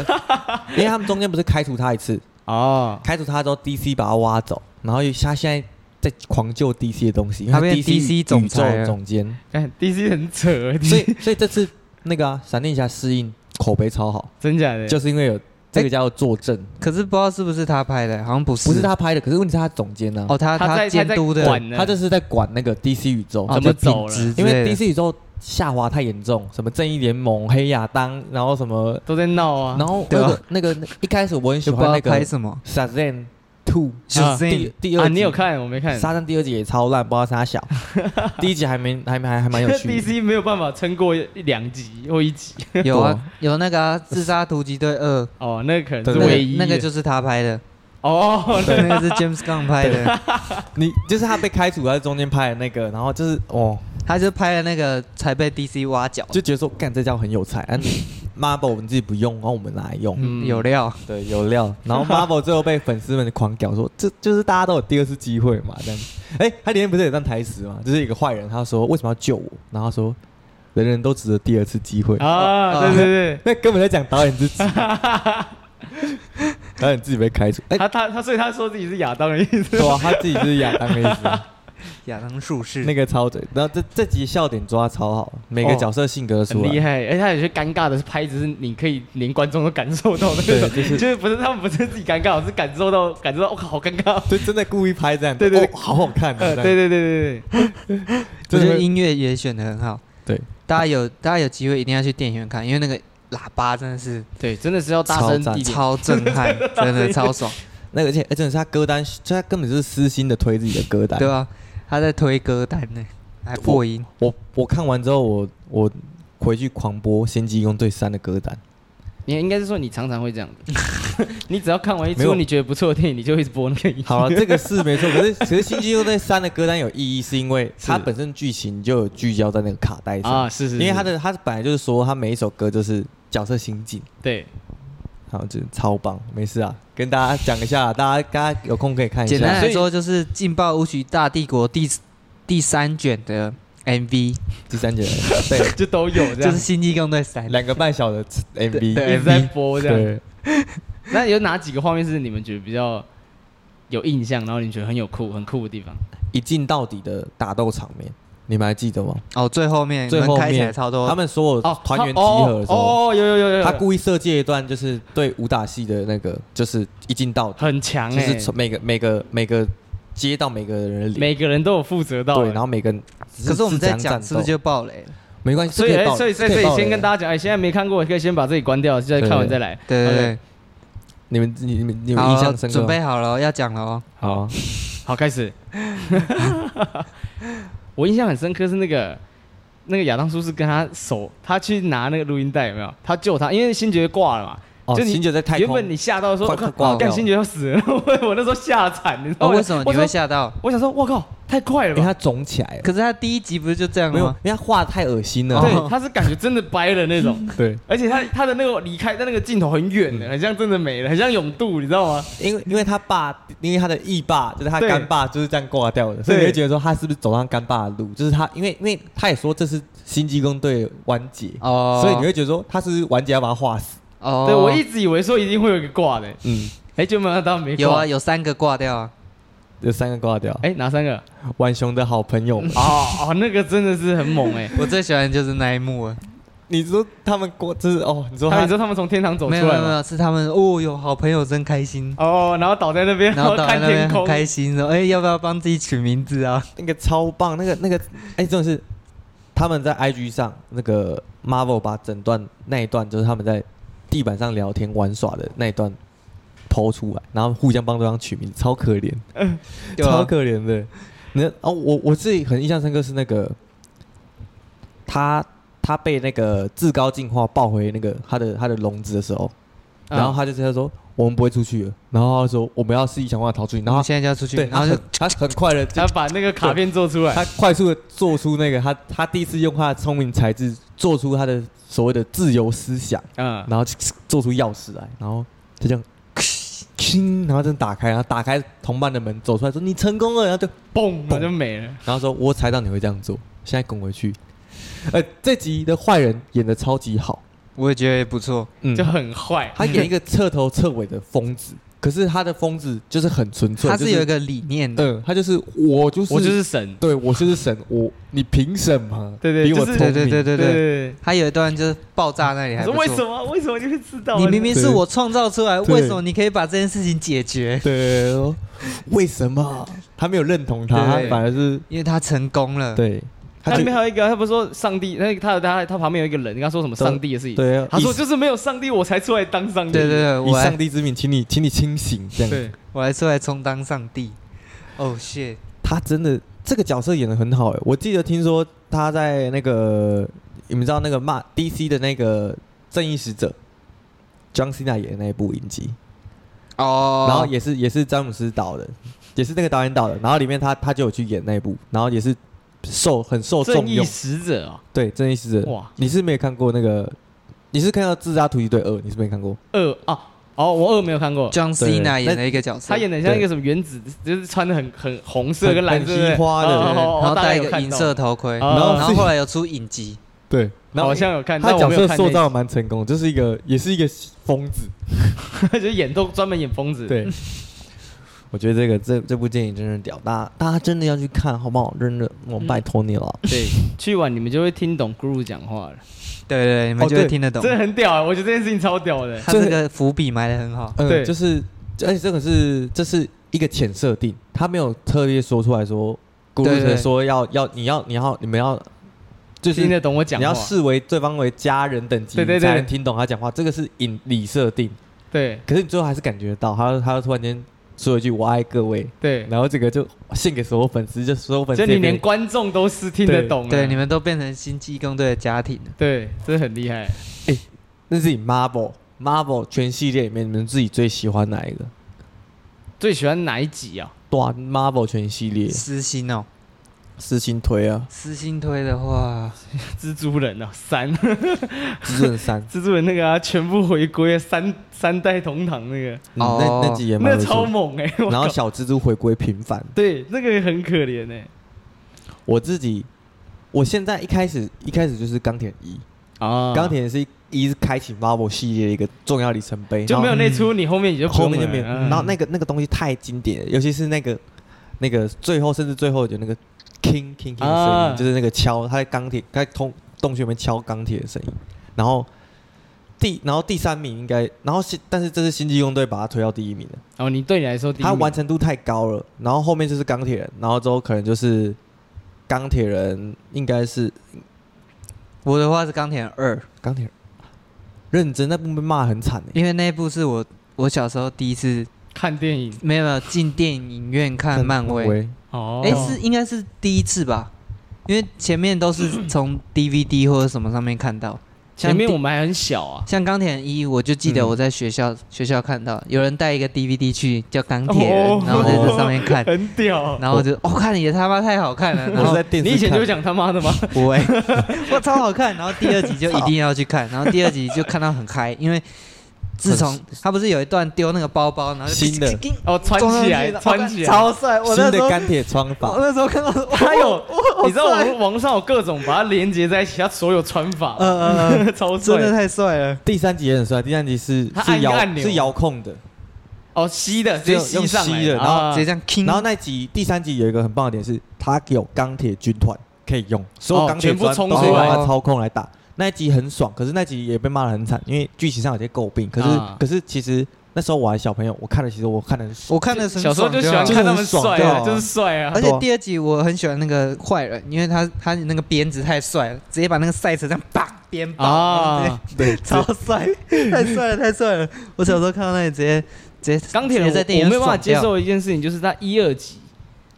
S2: 因为他们中间不是开除他一次，
S1: 哦，
S2: 开除他之后 DC 把他挖走，然后他现在在狂救 DC 的东西，因为
S3: 他变 DC
S2: 宇
S3: 总裁啊
S2: 宙
S3: 了
S2: 总监。
S1: 看 DC 很扯，
S2: 所以 <laughs> 所以这次那个啊，闪电侠适应口碑超好，
S1: 真假的？
S2: 就是因
S3: 哎
S2: 为有这个叫做作证。
S3: 可是不知道是不是他拍的，好像不是。
S2: 不是他拍的，可是问题是他总监呢、
S3: 哦，他
S1: 他在
S3: 监督
S1: 他在
S3: 的
S1: 管呢
S2: 他就是在管那个 DC 宇宙，
S1: 怎么走了
S3: 品质哦之
S2: 因
S3: 类的
S2: 为 DC 宇宙下滑太严重，什么正义联盟、黑亚当，然后什么，
S1: 都在闹啊
S2: 然。后
S3: 对
S2: 那
S3: 啊
S2: 个那个一开始我很喜
S3: 就不知
S2: 欢
S3: 道
S2: 那
S3: 拍
S2: 个
S3: 什么。
S2: Shazam Two，
S3: 就是这
S2: 第
S3: 样
S2: 第二
S1: 啊，
S2: 集
S1: 你有？看？我没看。
S2: 沙赞第二集也超烂，不知道
S1: <laughs>
S2: 啥小。第一集还没还没还还蛮有趣的。
S1: DC 没有办法撑过一两集或一集，
S3: 有
S2: 对
S3: 啊，有那个啊《自杀突击队二》，
S1: 哦，那个可能
S2: 对
S1: 是
S3: 那个
S1: 唯一
S3: 那个
S1: 的
S3: 就是他拍的，
S2: <laughs>
S1: 哦，
S3: <laughs> 那个是 James Gunn 拍的，
S2: 你就是他被开除，他在中间拍的那个，然后就是哦，
S3: 他就拍了那个才被 DC 挖角。
S1: <laughs>
S2: 就觉得说干这家伙很有才，啊你 Marble 我们自己不用，然后我们拿来用，
S1: 嗯
S3: 有
S2: <laughs>
S3: 料，
S2: 对，有料。然后 Marble 最后被粉丝们狂屌说，这就是大家都有第二次机会嘛，这样子。哎、他里面不是有一段台词嘛，就是一个坏人，他说为什么要救我？然后他说，人人都值得第二次机会。
S4: 啊，
S3: 哦
S4: 对对
S2: <laughs>
S4: 对，
S2: 那根本在讲导演自己，哎
S1: <laughs>
S2: 导演自己被开除。哎、
S4: 他他他，所以他说自己是亚当的意思。
S2: 对啊，他自己 <laughs> 就是亚当的意思。
S3: 亚当术士
S2: 那个超准，然后这这集笑点抓超好，每个
S1: 哦
S2: 角色性格都出
S1: 很
S2: 来，
S1: 厉害，而哎且他有些尴尬的拍子是你可以连观众都感受到的那
S2: <laughs> 对
S1: 种，
S2: 就是
S1: 就是不是他们不是自己尴尬，我是感受到感受到，我、靠，好尴
S2: <laughs>
S1: 尬。
S2: 就真的故意拍这样，
S4: 对对对
S2: 哦好好看啊，
S1: <laughs>
S2: 这
S4: 呃，
S2: 样
S4: 对对对对
S3: 我
S4: 对，
S2: 真
S3: 觉
S2: 的
S3: 得音乐也选的很好。
S2: 对，
S3: 大家有大家有机会一定要去电影院看，因为那个喇叭真的是
S1: 对，真的是要大声
S2: 超赞
S1: 一点。
S3: 超震
S2: <laughs>
S3: 撼，真的超爽，
S2: 那个而且而且真的是他歌单，就他根本就是私心的推自己的歌单。
S3: 对啊，他在推歌单呢，还破音，
S2: 我我看完之后，我我回去狂播《仙姬用对三》的歌单，
S1: 你应该是说你常常会这样子，
S2: <laughs>
S1: 你只要看完一
S2: 没有
S1: 出你觉得不错的电影，你就一直播那个音。
S2: 好啊了，这个是没错。可是，可是《星际用对三》的歌单有意义，是因为它本身剧情就有聚焦在那个卡带上，
S1: 啊，是是是，
S2: 因为它的它本来就是说，它每一首歌就是角色心境，
S1: <laughs> 对
S2: 好，这超棒，没事啊，跟大家讲一下，大家大家有空可以看一
S3: 简
S2: 下
S3: 单。来说就是《劲爆舞曲大帝国第》第三卷的 MV，
S2: 第三节，对，啊
S4: 就都有这
S3: 就
S4: 样
S3: 是《星际攻队三》。
S2: 两个半小时的 MV，
S1: 对，一直在播这样。
S2: 对，
S1: 那有哪几个画面是你们觉得比较有印象，然后你觉得很有酷、很酷的地方？
S2: 一镜到底的打斗场面，你们还记得吗？
S3: 哦，最后面
S2: 最
S3: 门
S2: 后
S3: 开起来
S2: 面
S3: 超多，
S2: 他们所有
S1: 哦，
S2: 团员集
S1: 他哦
S2: 合的时候，
S1: 哦，有有有有有，
S2: 他故意设计一段就是对武打戏的那个，就是一镜到底，
S1: 很强
S2: 就
S1: 哎、
S2: 是从每个每个每个接到每个人的脸，
S1: 每个人都有负责到、
S2: 对，
S1: 欸
S2: 然后每个人只
S3: 可是我们在
S2: 只
S3: 讲
S2: 讲
S3: 是不是
S2: 战斗
S3: 就爆雷了？
S2: 没关系？
S1: 所以，
S2: 这可
S1: 哎
S2: 爆
S1: 所以，所以，
S2: 这可
S1: 所
S2: 以
S1: 以
S2: 爆，
S1: 先跟大
S2: 家，
S1: 家讲，哎，现在没看过，可以先把这里关掉，再看完再来。
S3: 对对
S1: OK，
S3: 对，
S2: 你们你们你们
S3: 好
S2: 印象深刻
S3: 准
S2: 吗？
S3: 备好了哦，要讲了哦。
S2: 好，啊
S1: 好，开始。 <laughs> 我印象很深刻是那个那个亚当叔是跟他手，他去拿那个录音带，有没有？他救他，因为星爵挂了嘛。
S2: 哦，
S1: 就你
S2: 行者在太
S1: 原
S2: 空，
S1: 本你吓到说，
S2: 快
S1: 我靠，
S2: 挂掉
S1: 干星爵要死了， <laughs> 我我那时候吓惨，你知道
S3: 哦，
S1: 吗？
S3: 为什么
S1: 我
S3: 你
S1: 想
S3: 会吓到？
S1: 我想说，我靠，太快了
S2: 因为
S1: 吧！嗯
S2: 他肿起来了，
S3: 可是他第一集不是就这样
S2: 没
S3: 了
S2: 有
S3: 吗？，
S2: 因为他画得太恶心了，
S3: 哦
S1: 对，
S2: 哦
S1: 他是感觉真的掰了那
S3: <laughs>
S1: 种，
S2: 对，
S1: 而且他他的那个离开，但那个镜头很远的，很像真的没了，很像永渡，你知道吗？
S2: 因为因为他爸，因为他的义爸就是他
S1: 对
S2: 干爸就是这样挂掉的，所以你
S1: 对
S2: 会觉得说他是不是走上干爸的路？就是他，因为因为他也说这是新济公队完结，
S3: 哦，
S2: 所以你会觉得说他是不是完结要把他画死。
S3: 哦，
S1: 对我一直以为说一定会有一个挂的，
S2: 嗯，
S1: 哎，就没想到没挂。
S3: 有啊，，有三个挂掉啊。
S2: 这三个挂掉。
S1: 哎，哪三
S3: <laughs>
S1: 个？
S2: 浣熊的好朋友们，
S1: 哦哦，那个真的是很猛哎。
S3: 我最喜欢的就是那一幕啊了，
S2: 你说他们过就是哦，你说
S1: 他
S2: 他
S1: 你说他们从天堂走出
S3: 没有没
S1: 来
S3: 有没
S1: 吗？
S3: 有，是他们哦，有好朋友真开心，
S1: 哦，然后倒在那边，
S3: 然后到
S1: 看
S3: 那边
S1: 天
S3: 很
S1: 空，
S3: 开心，说哎要不要帮自己取名字啊？
S2: 那个超棒，那个那个哎，真的是他们在 IG 上那个 Marvel 把整段那一段就是他们在地板上聊天玩耍的那一段抛出来，然后互相帮对方取名，超可怜。
S3: 对
S2: 超
S3: 啊，
S2: 可怜的。那哦，我我自己很印象深刻是那个，他他被那个至高进化抱回那个他的他的笼子的时候，
S1: 嗯
S2: 然后他就直接说我们不会出去了，然后他说我们要是一想办法逃出去，然
S3: 我
S2: 后
S3: 们
S2: 他
S3: 现在就要出去，
S2: 对，
S3: 然后
S2: 他
S3: 就 <laughs>
S2: 很他很快的就
S1: 他把那个卡片做出来。
S2: 他快速的做出那个他他第一次用他的聪明才智做出他的所谓的自由思想，
S1: 嗯，
S2: 然后就做出钥匙来，然后啊就这样。轻，然后就打开，然后打开同伴的门，走出来说：“你成功了。”然后就
S1: 嘣，然后就没了。
S2: 然后说：“我猜到你会这样做，现在滚回去。”呃，这集的坏人演的超级好，
S3: 我也觉得也不错，
S2: 嗯
S1: 就，很坏，
S2: 他演一个彻头彻尾的疯子，可是他的疯子就是很纯粹，
S3: 他
S2: 就是
S3: 有一个理念的，
S2: 嗯，他就是我就是
S1: 我就是神。
S2: 对我就是神，我你凭什么？
S1: 对对
S2: 比我
S1: 就
S2: 聪
S1: 是
S2: 明，
S3: 对对对对
S1: 对
S3: 对，
S1: 对
S3: 他有一段就是爆炸那里
S1: 对，
S3: 还
S1: 可
S3: 不
S1: 是为
S3: 错
S1: 什么？为什么就会知道？
S3: 你明明是我创造出来，
S2: 对
S3: 为什么你可以把这件事情解决？
S2: 对对对说为什么？他没有认同他，他
S3: 对
S2: 反而是
S3: 因为他成功了，
S2: 对，
S1: 他
S2: 就
S1: 里面还有一个，他不是说上帝，那个他有他他旁边有一个人，跟他说什么上帝的事情。
S2: 对，
S1: 他说
S2: 以
S1: 就是没有上帝，我才出来当上帝。
S3: 对对对，
S2: 以
S3: 我
S2: 上
S3: 还
S2: 帝之名，请你请你清醒这样子。
S1: 对，
S3: 我还出来充当上帝，哦 shit，
S2: 他真的这个角色演的很好哎，我记得听说他在那个你们知道那个骂 DC 的那个正义使者，John Cena 演的那一部影集，
S3: 哦，
S2: 然后也是也是詹姆斯导的，也是那个导演导的，然后里面他他就有去演那一部，然后也是受很受
S1: 正
S2: 重
S1: 义
S2: 用，
S1: 使者啊，
S2: 对正义使者，
S1: 哇，
S2: 你是没有看过那个你是看到《自杀突击队二》，你是没看过？
S1: 二啊，哦，我二没有看过，
S3: John
S2: 对
S3: Cena
S2: 那
S3: 演的一个角色，
S1: 他演的像一个什么原子，就是穿的很很红色跟蓝色
S2: 很很西花的
S1: 对不对
S3: 对
S1: 哦哦哦
S3: 然后
S1: 大概
S3: 戴一
S1: 有
S3: 个
S1: 看
S3: 银
S1: 到
S3: 色头盔，
S1: 哦
S3: 然后后来有出影集，
S2: 对，然后
S1: 好像有看，
S2: 他
S1: 但我
S2: 角
S1: 没有
S2: 色
S1: 看
S2: 塑
S1: 那
S2: 造得蛮成功，就是一个也是一个疯子。
S1: 一集， <laughs> 就是演都专门演疯子，
S2: 对， <laughs> 我觉得这个这这部电影真是屌，大家大家真的要去看，好不好？真的，我
S1: 嗯
S2: 拜托你了。
S1: 对，去完你们就会听懂 Guru 讲话了，
S3: <laughs> 对对对，你们
S2: 哦
S3: 就会
S2: 对
S3: 听得懂。
S1: 真的很屌啊！我觉得这件事情超屌的，
S3: 他这个伏笔埋的很好，
S2: 嗯，
S1: 对
S2: 就是，而且这个是这是一个浅设定，他没有特别说出来说，古
S3: 对
S2: 鲁
S3: 对
S2: 特说要要你要你要你们要，就是
S1: 听得懂我讲
S2: 你要
S1: 话，
S2: 视为对方为家人等级，
S1: 对对
S2: 你
S1: 对
S2: 才能听懂他讲话。这个是引理设定，
S1: 对
S2: 可是你最后还是感觉到他他突然间说一句“我爱各位
S1: 对”，，
S2: 然后这个就献给所有粉丝，就所有粉
S1: 就
S2: 丝也
S1: 你
S2: 可以
S1: 连观众都是听得懂啊，
S3: 对，你们都变成星际更队的家庭了。
S1: 对，这很厉害。
S2: 那是你 Marvel Marvel 全系列里面，你们自己最喜欢哪一个？
S1: 最喜欢哪一集啊？
S2: 对啊，Marvel 全系列
S3: 私心哦，
S2: 私心推啊，
S3: 私心推的话，
S1: 蜘蛛人啊，三，
S2: 至尊三
S1: <laughs> 蜘蛛人那个啊，全部回归三三代同堂那个，
S2: 嗯
S3: 哦
S2: 那那集也蛮
S1: 那
S2: 不错
S1: 超猛哎、我
S2: 然后
S1: 靠
S2: 小蜘蛛回归平凡，
S1: 对那个很可怜哎、
S2: 我自己，我现在一开始一开始就是钢铁一，
S1: 啊
S2: 钢铁是一一是开启 Marvel 系列的一个重要里程碑，
S1: 就没有
S2: 然后嗯
S1: 那出，你后面你就不
S2: 后
S1: 用
S2: 面就
S1: 了
S2: 没有，
S1: 嗯
S2: 然后那个那个东西太经典了，尤其是那个那个最后甚至最后有那个 king king king 的声音，
S1: 啊
S2: 就是那个敲他在钢铁他在通洞穴里面敲钢铁的声音，然后。第，然后第三名应该，然后是，但是这是星际佣队把他推到第一名了。
S1: 哦，你对你来说第一
S2: 它
S1: 名
S2: 完成度太高了。然后后面就是钢铁人，然后之后可能就是钢铁人，应该是
S3: 我的话是钢铁人二，
S2: 钢铁人。认真那部被骂很惨欸
S3: 因为那一部是我我小时候第一次
S1: 看电影
S3: 没有没有进电影院看漫威，
S1: 哦，
S3: 哎、是应该是第一次吧，因为前面都是从 DVD 或者什么上面看到。像
S1: 前面
S3: 第
S1: 我们还很小啊，
S3: 像钢铁人一，我就记得
S2: 嗯
S3: 我在学校、学校看到有人带一个 DVD 去叫钢铁人，
S1: 哦
S3: 然后我在这上面
S1: <laughs>
S3: 看，
S1: 很屌。
S3: 然后我就哦看也他妈太好看
S1: <laughs>
S3: 了，然
S2: 我
S3: 后
S2: 是在电视
S1: 你以前就会讲他妈的吗？
S3: 不 <laughs> 会，我超好看。然后第二集就一定要去看，然后第二集就看到很嗨，因为自从他不是有一段丢那个包包，然后就
S2: 新的
S3: 叮
S1: 哦，穿
S3: 撞上
S1: 起
S3: 去
S1: 来，
S3: 然后
S1: 穿起来。
S3: 超帅。我那
S2: 新
S3: 时
S2: 的
S3: 候
S2: 钢铁穿
S3: 我
S2: 法，
S3: 那时候看到哇
S1: <laughs> 他有
S3: 哇
S1: 你知道
S3: 好帅
S1: 网网上有各种把它连接在一起，它所有穿法，
S3: 呃呃，
S1: <laughs>
S3: 呃
S1: 超
S3: 真的
S1: 帅。
S3: 太帅了。
S2: 第三集也很帅。第三集是
S1: 它按
S2: 是
S1: 一个按
S2: 遥
S1: 钮
S2: 是遥控的，
S3: 嗯
S1: 哦，吸的直接
S2: 只有
S1: 吸
S2: 用
S1: 上来
S2: 吸的然后
S1: 啊
S3: 直接这样 king，
S2: 然后那集第三集有一个很棒的点是，它有钢铁军团可以用，所有
S1: 哦
S2: 钢铁
S1: 全部
S2: 专
S1: 冲
S2: 都
S3: 出
S2: 是由
S3: 来
S2: 它操控来打。那一集很爽，可是那集也被骂得很惨，因为剧情上有些诟病。可是、
S1: 啊
S2: 可是其实那时候我还小朋友，我看了其实我看的很爽。
S3: 我看的
S1: 小时候就喜欢
S2: 就
S1: 看他
S2: 很
S1: 们
S2: 爽
S1: 帅
S2: 就
S1: 啊，
S2: 好
S1: 就是帅啊
S3: 而。且第二集我很喜欢那个坏人，因为他他那个鞭子太帅了，直接把那个赛车这样叭鞭爆，
S1: 啊，
S2: 对，
S3: 超帅，太帅了，太帅了！我小时候看到那里直接直接
S1: 钢铁人
S3: 直接在电
S1: 我
S3: 影
S1: 我
S3: 院
S1: 没有办法
S3: 爽
S1: 接
S3: 掉
S1: 受一件事情，就是他一二集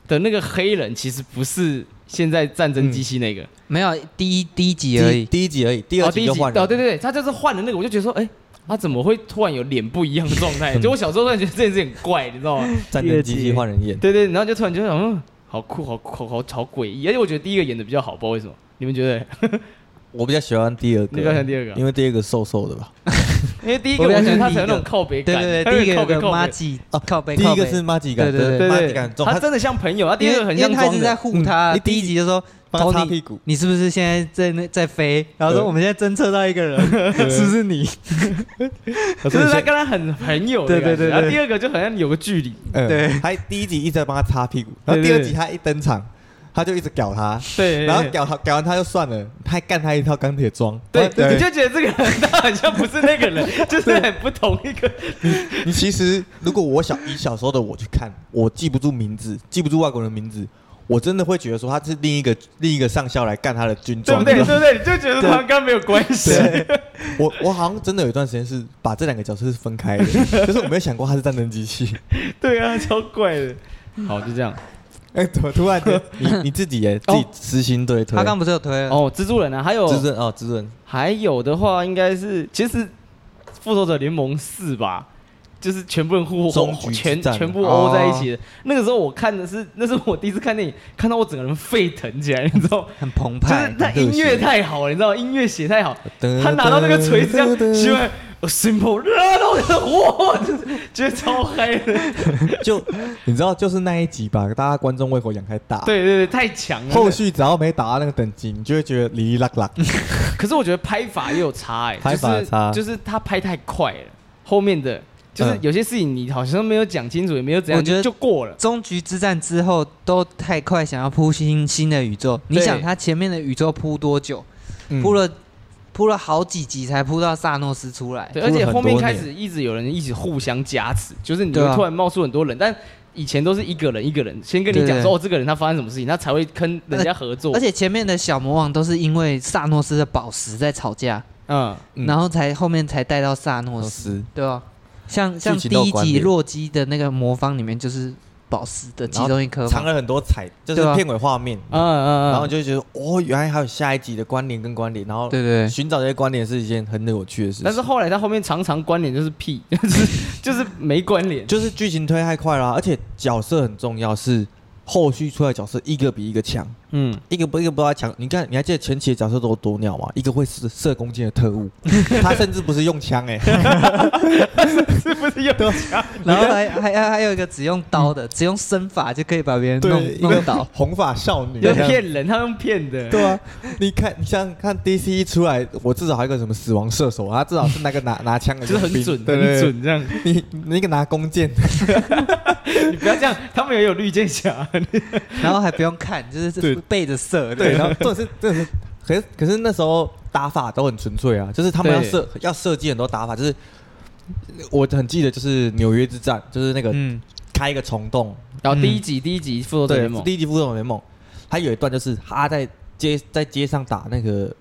S1: 的那个黑人其实不是现在战争机器那个，
S3: 没有第一第一集而
S2: 第
S3: 已，
S2: 第一集而已，第
S1: 哦
S2: 二
S1: 第
S2: 集
S1: 一
S2: 就
S1: 集
S2: 换人了。
S1: 哦对对对，他就是换了那个，我就觉得说，哎，他怎么会突然有脸不一样的状态？就我小时候突然觉得这件事情很怪，你知道吗？
S2: 战争机器换人演，
S1: 对对，然后就突然觉得，嗯，好酷，好酷，好好好诡异。而且我觉得第一个演的比较好，不知道为什么，你们觉
S3: <laughs>
S1: 得？
S2: 我比较喜欢第二个，
S1: 你比较喜欢第二个啊
S2: 因为第二个瘦瘦的吧。
S1: 因为第一个我
S3: 我比较
S1: 觉得
S3: 喜欢
S1: 他
S3: 第
S1: 才
S3: 一
S1: 有那种
S3: 个
S1: 靠北
S3: 对
S1: 感，
S3: 对
S1: 他
S3: 对，
S1: 有
S3: 第一
S1: 点
S3: 个
S1: 靠
S3: 有
S1: 北
S3: 个
S1: 靠
S3: 妈
S1: 北
S3: 吉
S2: 哦
S3: 靠背，
S2: 第一
S3: 靠
S2: 个
S3: 背
S2: 是妈吉感，
S3: 对对
S1: 对
S2: 妈
S1: 对
S2: 吉感很
S1: 对，
S2: 重，
S1: 他真的像朋友，他第
S3: 因
S1: 二
S3: 为
S1: 个很
S3: 因
S1: 像
S3: 为他一
S1: 装
S3: 直在
S1: 的，
S3: 护
S2: 嗯
S3: 他，
S2: 你第
S3: 第
S2: 一
S3: 一集就说
S2: 帮他擦
S3: Tony，
S2: 屁股，
S3: 你是不是现在在那在飞？然后说
S2: 对
S3: 我们现在侦测到一个人，是不是你？
S1: 就是他跟他很朋友的感觉。
S3: 对对对对
S1: 然后第二个就好像有个距离，
S2: 嗯
S3: 对
S2: 还第一集一直在帮他擦屁股，然后第二集他一登场，他就一直屌他，
S1: 对，
S2: 然后屌他屌完他就算了，他还干他一套钢铁装，
S1: 对，
S2: 然后
S1: 你就觉得这个人 <laughs> 他好像不是那个人，就是很不同一个。
S2: 你其实如果我小以小时候的我去看，我记不住名字，记不住外国人的名字，我真的会觉得说他是另一个另一个上校来干他的军
S1: 对不
S2: 装，
S1: 对？
S2: 你
S1: 对
S2: 知道吗
S1: 不对？你就觉得他跟他没有关 <laughs> 系。
S2: 对， <laughs> 我我好像真的有一段时间是把这两个角色是分开的，就是我没有想过他是战争机器。 <laughs>
S1: 对啊，超怪的。好，就这样。
S2: 哎、怎么突然间你你自己也自己私心对推？
S3: 他刚不是有推了？
S1: 哦，蜘蛛人啊，还有
S2: 滋润哦，滋润
S1: 还有的话，应该是其实《复仇者联盟四》吧，就是全部人互
S2: 终
S1: 殴，
S2: 局之
S1: 全
S2: 战哦
S1: 全部殴在一起的。那个时候我看的是， <laughs> 那是我第一次看电影，看到我整个人沸腾起来，你知道吗？
S3: 很澎
S1: 就
S3: 湃
S1: 是。那音乐太好了，你知道吗？音乐写太好，他拿到那个锤子这样，喜欢 simple，然 <laughs> 后我就哇，就是觉得超嗨的。
S2: 就你知道，就是那一集吧，大家观众胃口养太大。，
S1: 对对对，太强了。
S2: 后续只要没打到那个等级，你就会觉得哩哩啦啦。
S1: 可是我觉得拍法也有差哎、
S2: 拍法
S1: 就是
S2: 有差
S1: 就是他拍太快了，后面的就是
S2: 嗯
S1: 有些事情你好像没有讲清楚，也没有怎样，
S3: 我觉得
S1: 就就过了。
S3: 终局之战之后都太快，想要铺新新的宇宙。你
S1: 对
S3: 想他前面的宇宙铺多久？
S2: 嗯
S3: 铺了铺了好几集才铺到萨诺斯出来。
S1: 对，
S2: 了
S1: 而且后
S2: 很
S1: 面
S2: 多
S1: 开
S2: 年
S1: 始一直有人一起互相加持，就是你
S3: 对啊
S1: 会突然冒出很多人，但以前都是一个人一个人先跟你
S3: 对
S1: 讲
S3: 对
S1: 说哦，这个人他发生什么事情，他才会跟人家合作。
S3: 而且前面的小魔王都是因为萨诺斯的宝石在吵架，
S1: 嗯，
S2: 嗯
S3: 然后才后面才带到萨诺
S2: 螺
S3: 斯，
S2: 丝，
S3: 对吧、像像
S2: 剧情
S3: 第
S2: 都有
S3: 一
S2: 关
S3: 集
S2: 联
S3: 洛基的那个魔方里面就是宝石的其中一颗
S2: 藏
S3: 嘛，
S2: 了很多彩，就
S3: 对啊
S2: 是片尾画面，
S1: 嗯嗯，
S2: 然后就觉得哦，原来还有下一集的关联跟关联，然后
S3: 对
S2: <laughs>
S3: 对对，
S2: 寻找这些关联是一件很有趣的事情。
S1: 但是后来他后面常常关联就是屁，就是就是没关联。
S2: 就是剧情推太快啦，而且角色很重要，是后续出来的角色一个比一个强，
S1: 嗯，
S2: 一个不一个不要强。你看，你还记得前期的角色都有多鸟吗？一个会射射弓箭的特 <laughs> 务，他甚至不是用枪哎、啊
S3: 然后还还还还有一个只用刀的，只用身法就可以把别人
S2: <laughs> 嗯对，
S3: 弄
S2: 一
S3: 弄
S2: 个
S3: 倒。
S2: 红发少女，
S1: 要骗人，他用骗的。
S2: 对啊，你看，你像看 DC 一出来，我至少还有一个什么死亡射手，啊他至少是那个拿拿枪的
S1: 就是
S2: 佣
S1: 很
S2: 兵，
S1: 准，
S2: 啊对
S1: 很
S2: 不对？
S1: 准这样。
S2: 你你个拿弓箭，
S1: 你不要这样，他们也有绿箭侠。
S3: 然后还不用看，就是
S2: 对
S3: 背着射。
S2: <laughs> 对，然后这是这是，可是可是那时候打法都很纯粹啊，就是他们要
S1: 对
S2: 设要设计很多打法，就是我很记得就是纽约之战，就是那个
S3: 嗯，
S2: 开一个虫洞，
S1: 然后第一
S3: 嗯
S1: 集，第一集《复仇者
S2: 对
S1: 联，盟》
S2: 第一集复仇者联盟，还有一段就是他在街在街上打那个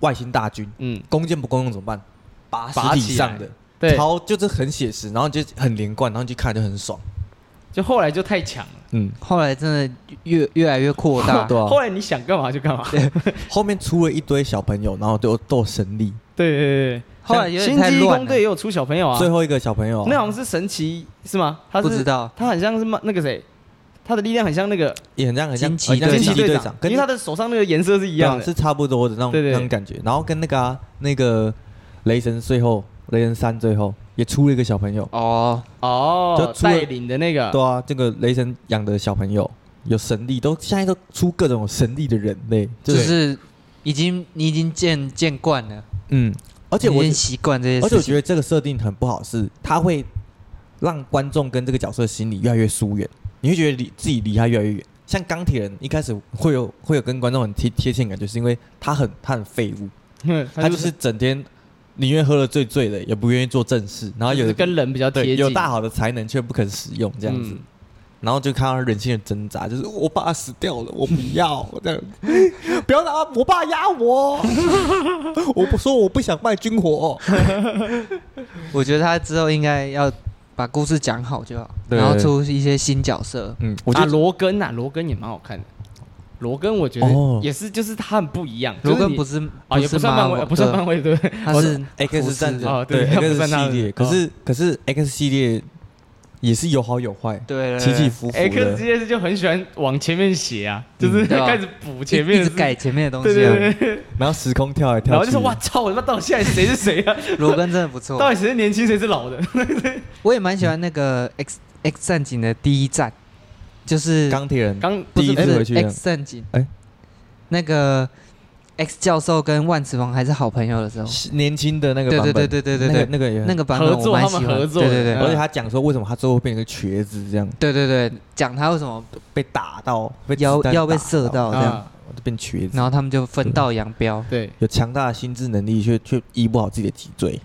S2: 外星大军，
S1: 嗯，
S2: 弓箭不够用怎么办？
S3: 啊
S2: 拔
S1: 拔
S2: 尸体
S1: 起
S2: 上
S1: 来
S2: 的。
S1: 对，
S2: 超就是很写实，然后就很连贯，然后你就看就很爽。
S1: 就后来就太强了。
S2: 嗯，
S3: 后来真的越越来越扩
S1: <laughs>
S3: 大。
S2: 对啊
S1: 后来你想干嘛就干嘛。 <laughs>
S2: 后面出了一堆小朋友，然后都都有神力。
S1: 对对
S3: 后来有
S1: 对，
S3: 点
S1: 星
S3: 太
S1: 际义
S3: 乱
S1: 工队也
S3: 了，
S1: 有出小朋友啊。
S2: 最后一个小朋友
S1: 那好像是神奇是吗？他是
S3: 不知，道。
S1: 他很像是那个谁，他的力量很像那个
S2: 也很像很像
S3: 惊奇
S2: 很像
S3: 队
S2: 惊奇
S3: 长
S2: 队
S1: 长
S2: 长，，
S1: 因
S2: 跟
S1: 为他的手上那个颜色是一样
S2: 对啊
S1: 的。
S2: 是差不多的那种
S1: 对对
S2: 那种感觉。然后跟那个啊那个雷神最后雷神三最后也出了一个小朋友，
S3: 哦，
S1: 哦
S2: 就，出了
S1: 带领的那个。
S2: 对啊，这个雷神养的小朋友有神力，都现在都出各种有神力的人类，
S3: 就
S2: 对
S3: 是已经你已经见见惯了，
S2: 嗯，而且
S3: 你
S2: 我
S3: 已经习惯这些
S2: 而且
S3: 事
S2: 我觉
S3: 情。
S2: 得这个设定很不好，是它会让观众跟这个角色心里越来越疏远，你会觉得离自己离他越来越远。像钢铁人一开始会有会有跟观众很贴贴切的感觉，是因为他很他很废物，
S1: <laughs> 嗯，
S2: 他就是整天宁愿喝了醉醉的，也不愿意做正事，然后
S1: 就
S2: 有
S1: 是跟人比较贴
S2: 对
S1: 近，
S2: 有大好的才能却不肯使用这样子，
S1: 嗯
S2: 然后就看到人性的挣扎，就是我爸死掉了，我不要这样子，不要拿我爸压我，
S1: <laughs>
S2: 我不说我不想卖军火。
S3: 我觉得他之后应该要把故事讲好就好，
S2: 对
S3: 然后出一些新角色。
S2: 嗯，我觉
S1: 啊，
S2: 得
S1: 罗根呐、啊，罗根也蛮好看的。罗根我觉得
S2: 哦
S1: 也是，就是他很不一样。
S3: 罗根不
S1: 就是你啊，也不算漫威，
S3: Marvel，
S1: 不算
S3: 对
S1: 漫威，对不对？
S3: 他是
S2: X 战
S3: 服
S2: 警
S3: 饰
S1: 哦对它不
S2: X
S1: 算它
S2: 系
S1: 的
S2: 列，可是可是 X 系列也是有好有坏，
S3: 对
S2: 起起伏伏
S1: 哎，克
S2: 的
S1: 直。接是就很喜欢往前面写啊，就是
S3: 嗯对
S1: <laughs>
S3: 啊
S1: 开始补前
S3: 前
S1: 面的
S3: 面一直
S1: 事
S3: 改前面的东
S1: 对
S3: 西啊。
S1: 对对对，
S2: 然后时空跳来
S1: 然
S2: 跳
S1: 后
S2: 去，
S1: 就说哇操，我他妈到底现在谁是谁啊？
S3: 罗根真的不
S1: 到
S3: 错，
S1: 底谁是年轻谁是老的？
S3: 我也蛮喜欢那个 X X 战警的第一站，就是
S2: 钢铁人
S1: 刚
S2: 第一
S3: 不
S2: 次
S3: 是
S2: 回去这样
S3: X 战警，
S2: 哎
S3: 那个 X 教授跟万磁王还是好朋友的时候，
S2: 年轻的那个
S3: 对
S2: 版
S3: 对
S2: 本，
S3: 对对对对对，
S2: 那个那个也
S3: 那
S2: 很，
S3: 个版本
S1: 合作
S3: 我蛮
S1: 他们
S3: 喜欢，
S1: 合作的
S3: 对对对
S2: 而且他讲说为什么他最后变成一个瘸子这样
S3: 对对对，讲他为什么
S2: 被打到，被子
S3: 腰
S2: 弹
S3: 腰被
S2: 打
S3: 射到这样，
S1: 啊， <laughs>
S2: 就变瘸子
S3: 然。后他们就分道扬镳，
S1: 对，
S2: 有强大的心智能力，却却医不好自己的脊椎。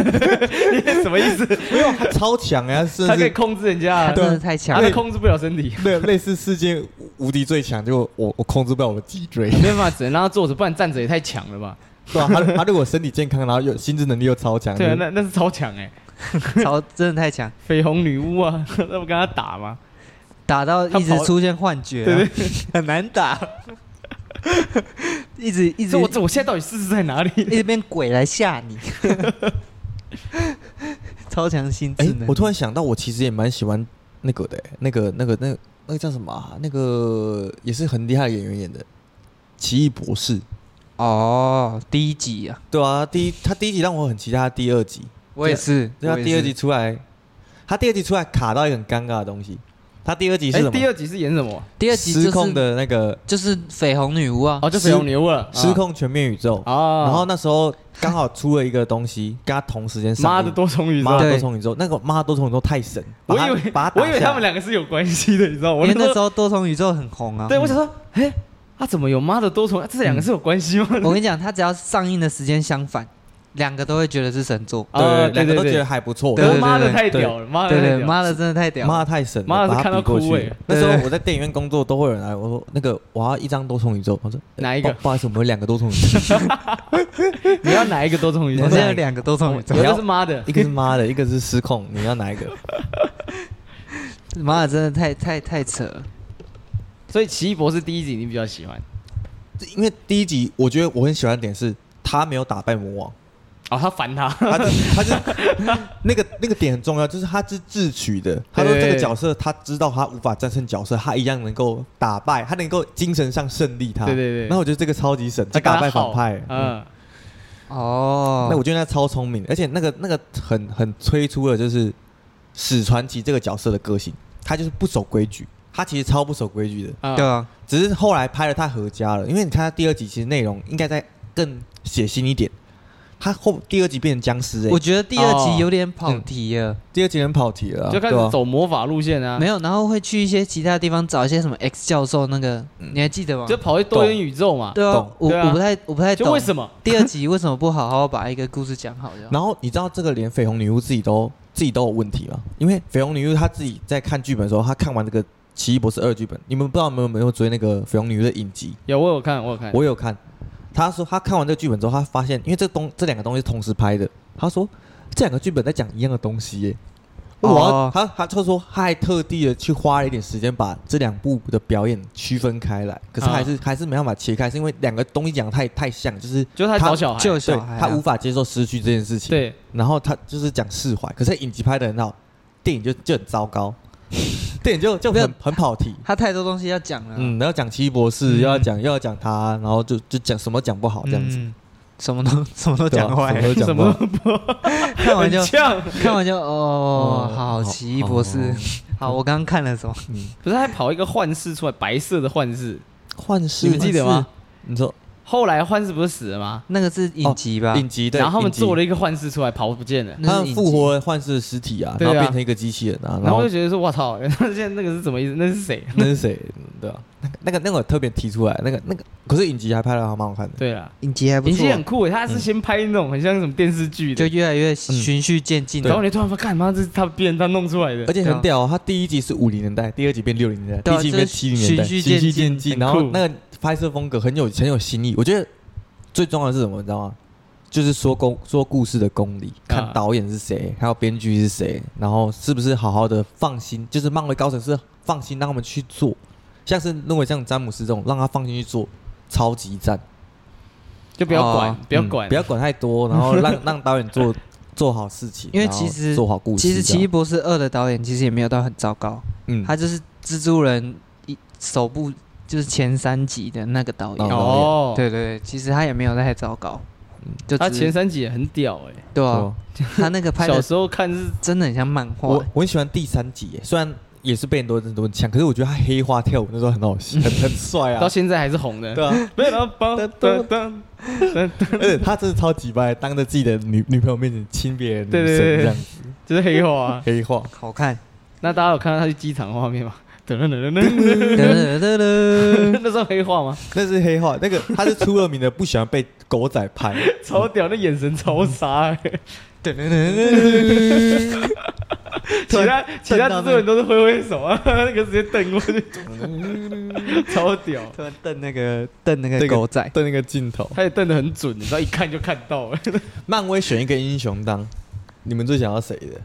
S1: 什么意思？
S2: 没有，他超强 <laughs> 呀，甚
S1: 他可以
S2: 至
S1: 控制人家啊，
S3: 他真的太强
S1: 他
S3: 了
S1: 都，控制不了身体，
S2: 类类似世界无敌最强，就我我控制不了我的脊椎。 <laughs>
S1: 没办法，只能让他坐着，不然站着也太强了吧？
S2: 对啊，他他如果身体健康，然后又心智能力又超强，
S1: 对啊，
S2: 就是
S1: 那那是超强哎，
S3: 超真的太强，
S1: 绯红女巫啊， <laughs> 那不跟他打吗？
S3: 打到
S1: 他
S3: 一直
S1: 跑
S3: 出现幻觉啊，很难打，一直一直
S1: 这我这我现在到底试试在哪里？
S3: 一直变鬼来吓你，超强心智
S2: 哎、
S3: 能力
S2: 我突然想到，我其实也蛮喜欢那个的、欸那个、那个、那个、那个叫什么、啊？那个也是很厉害的演员演的《奇异博士》。
S3: 哦，第一集啊，
S2: 对啊，第一他第一集让我很期待，他第二集，
S3: 我也是，
S2: 对他
S3: 我也是
S2: 第二集出来，他第二集出来卡到一个很尴尬的东西。他第二集是
S1: 哎
S2: 什么？
S1: 第二集是演什么？
S3: 第二集就
S2: 失控
S3: 是
S2: 的那个
S3: 就是绯红女巫啊，
S1: 哦，就
S2: 失
S1: 是有牛了，
S2: 失控全面宇宙。
S1: 啊。
S2: 然后那时候刚好出了一个东西，跟他同时间上
S1: 妈的
S2: 映
S1: 多重宇宙
S2: 妈，的多
S3: 对
S2: 重宇宙，那个妈的多重宇宙太神，把
S1: 我
S2: 他
S1: 以为
S2: 把他
S1: 我
S2: 打
S1: 以为
S2: 下
S1: 他们
S2: 来
S1: 两个是有关系的，你知道吗？
S3: 因
S1: 我
S3: 为
S1: 那时
S3: 那时
S1: 候
S3: 候多重宇宙很红啊。
S1: 对我想说，哎，啊怎么有妈的多重？啊这两个是有关系吗？
S3: 嗯
S1: <laughs>
S3: 我跟你讲，它只要上映的时间相反，两个都会觉得是神作。
S1: 啊
S2: 对，两个都觉得还不错。
S1: 对
S3: 对对
S1: 妈的
S3: 对
S1: 太
S2: 对
S1: 屌了，妈的
S3: 对
S1: 太
S3: 对，
S1: 屌了
S3: 妈的，真的太屌了！
S2: 妈太神了，
S1: 哎妈的
S2: 把他
S1: 看到
S2: 逼过
S1: 哭
S2: 去
S1: 欸。
S2: 那时
S3: 对
S2: 候我在电影院工作，都会有人来，我说那个我要一张多重宇
S1: <laughs>
S2: 宙。我说
S1: 哪一个
S2: 哦不好意思，我们有两个多重宇宙，
S1: 你要哪一个多重宇
S3: 你
S1: 宙
S2: 我
S3: 们？
S2: 在
S3: 这有两个多重宇宙
S1: 有，一个是妈的，
S2: 一个是妈的，一个是失控，你要哪一个？
S3: 妈的，真的太太太扯了。
S1: 所以奇异博士第一集你比较喜欢
S2: 因为第一集我觉得我很喜欢的点是，他没有打败魔
S1: <laughs>
S2: 王，
S1: 哦，他烦他，
S2: 他就他就那个那个点很重要，就是他是智取的。他说
S1: 对
S2: 这个角色他知道他无法战胜角色，他一样能够打败，他能够精神上胜利
S1: <laughs>
S2: 他。
S1: 对对对
S2: 然后我觉得这个超级神，
S1: 他
S2: 他
S1: 跟他
S2: 打败
S1: 耗
S2: 反派。嗯
S1: 嗯，
S3: 哦，
S2: 那我觉得他超聪明的，而且那个那个很很催出了就是史传奇这个角色的个性，他就是不守规矩，他其实超不守规矩的，
S1: 嗯
S3: 对啊，
S2: 只是后来拍了他合家了，因为你看他第二集其实内容应该再更血腥一点，他后第二集变成僵尸哎、
S3: 我觉得第二
S1: 哦
S3: 集有点跑题了，
S2: 第二集很跑题了啊、
S1: 就开
S2: 对吧
S1: 始走魔法路线啊
S3: 没，有，然后会去一些其他地方找一些什么 X 教授那个，你还记得吗
S1: 嗯就？跑去多元宇宙嘛，
S3: 对啊
S2: 懂，
S3: 我
S1: 对啊
S3: 我不太我不太
S1: 就
S3: 懂
S1: 为，什么？
S3: 第二集为什么不好好把一个故事讲好？
S1: <laughs>
S3: 这样
S2: 然后你知道这个连绯红女巫自己都自己都有问题吗？因为绯红女巫她自己在看剧本的时候，她看完这个《奇异博士二》剧本，你们不知道有没有追那个绯红女巫的影集？
S1: 有我有看，我有
S3: 哎
S1: 看，
S2: 我有看，他说他看完这个剧本之后，他发现因为这东这两个东西是同时拍的，他说这两个剧本在讲一样的东西耶。我要、
S3: 哦
S2: 他他就说他还特地的去花了一点时间把这两部的表演区分开来，可是还
S3: 啊
S2: 是、还是没办法切开，是因为两个东西讲得太太像，就是
S1: 就是他
S2: 他
S1: 找小孩，
S3: 救
S2: 对
S3: 小孩啊，
S2: 他无法接受失去这件事情。，
S1: 对，
S2: 然后他就是讲释怀，可是影集拍的很好，电影就就很糟
S3: <laughs>
S2: 糕，电影就就
S3: 没有
S2: 很很跑题。
S3: 他太多东西要讲了啊，
S2: 嗯，然后讲奇异博士，
S3: 嗯
S2: 又要讲又要讲他，然后就就讲什么讲不好这样子，
S3: 嗯，什么都 <laughs> 什么都
S2: 对啊
S3: 讲坏，
S2: 什么都
S1: 什 <laughs>
S2: 讲不
S1: 么
S2: 好。
S3: 看
S1: <laughs>
S3: 完就
S1: 很呛，
S3: 看完就哦，
S2: 哦
S3: 好，
S2: 好
S3: 奇异博士
S2: 哦，
S3: <laughs> 好，我刚刚看了什么？
S1: 不是还跑一个幻视出来，白色的幻视，
S2: 幻视，
S1: 你们记得吗？
S2: 你说
S1: 后来幻视不是死了吗？
S3: 那个是影集吧？
S2: 影集对，
S1: 啊
S2: 嗯
S1: 然后他们
S2: 影集
S1: 做了一个幻视出来，跑不见了。
S3: 那
S2: 他
S3: 是
S2: 们
S3: 影
S2: 复
S3: 集，
S2: 活了幻视的尸体啊，
S1: 对
S2: 然
S1: 啊
S2: 后变成一个机器人啊，
S1: 然
S2: 然
S1: 后我
S2: 后
S1: 就觉得说，我操， <laughs> 原来现在那个是什么意思？那是谁？
S2: 那是谁？对啊，那个那个那个我特别提出来，那个那个可是影集还拍的还蛮好看的，
S1: 对啦，
S3: 影集还不
S1: 影集
S3: 错
S1: 很，酷诶，他是先拍那
S2: 嗯
S1: 种很像什么电视剧
S3: 就
S1: 的，嗯
S3: 越来越循序渐进
S1: 然后
S3: 的。
S1: 你突然发现，干妈这是他别人他弄出来的
S2: 而，且
S3: 对啊
S2: 很屌哦，他第一集是五零年代，第二集变六零年代，
S3: 对啊
S2: 第一集变
S3: 这是
S2: 七零年代，
S3: 循序
S2: 循序渐
S3: 渐
S2: 进，
S1: 进
S2: 然
S1: 很
S2: 后
S1: 酷
S2: 那个拍摄风格很有很有新意。我觉得最重要的是什么，你知道吗？就是说公说故事的功力，看
S1: 啊
S2: 导演是谁，还有编剧是谁，然后是不是好好的放心，就是漫威高层是放心让他们去做，像是认为像詹姆斯这种，让他放心去做，超级赞。
S1: 就不要管
S3: 哦，
S1: 不要
S2: 嗯
S1: 管
S2: 不，要管太多，然后
S3: <laughs>
S2: 让让导演做做好事情，
S3: 因为
S2: 然后
S3: 其实
S2: 做好故事
S3: 其
S2: 这样，
S3: 实《奇异博士二》的导演其实也没有到很糟糕，
S2: 嗯，
S3: 他就是蜘蛛人一首部就是前三集的那个导演。
S2: 哦
S1: 哦，嗯
S3: 对对对，其实他也没有太糟糕，就
S1: 他
S3: 只是
S1: 前三集也很屌哎，
S3: 对
S2: 对
S3: 啊
S2: 吧，
S3: 他那个
S1: <laughs>
S3: 拍
S1: 小
S3: 的
S1: 时候看是
S3: 真的很像漫画
S2: 我。我很喜欢第三集耶，虽然也是被很多人都很呛，可是我觉得他黑化跳舞那时候很好笑，
S1: <laughs>
S2: 很很帅啊
S1: 到。现在还是红的，
S2: 对啊，
S4: 没有然后帮
S2: 噔
S4: 噔
S2: 噔
S4: 噔噔，
S2: 而且他真的超级白，当着自己的女女朋友面前亲别人的女
S1: 对对
S2: 生
S1: 对对
S2: 这样子
S1: 就是黑化啊。
S2: 黑化。
S3: 好看， <laughs>
S1: 那大家有看到他去机场的画
S2: <laughs>
S1: 面吗？噔噔噔噔
S3: 噔噔噔
S1: <laughs>
S3: 噔
S1: 噔，那时候黑化吗？
S2: 那是黑化，那个他是出了名的不喜欢被狗仔
S1: <laughs>
S2: 拍，
S1: 超屌，那眼神超傻欸。 <laughs>
S3: 噔噔噔噔。
S1: 其他其他
S3: 瞪到那
S1: 制作人都是挥挥手啊，那个直接瞪过去， <laughs> 超屌。
S3: 突然瞪那个瞪那个
S2: 这个
S3: 狗仔，
S2: 对那个镜头。
S1: 他也瞪得很准，你知道一看就看到了。
S2: 漫威选一个英雄当，你们最想要谁的？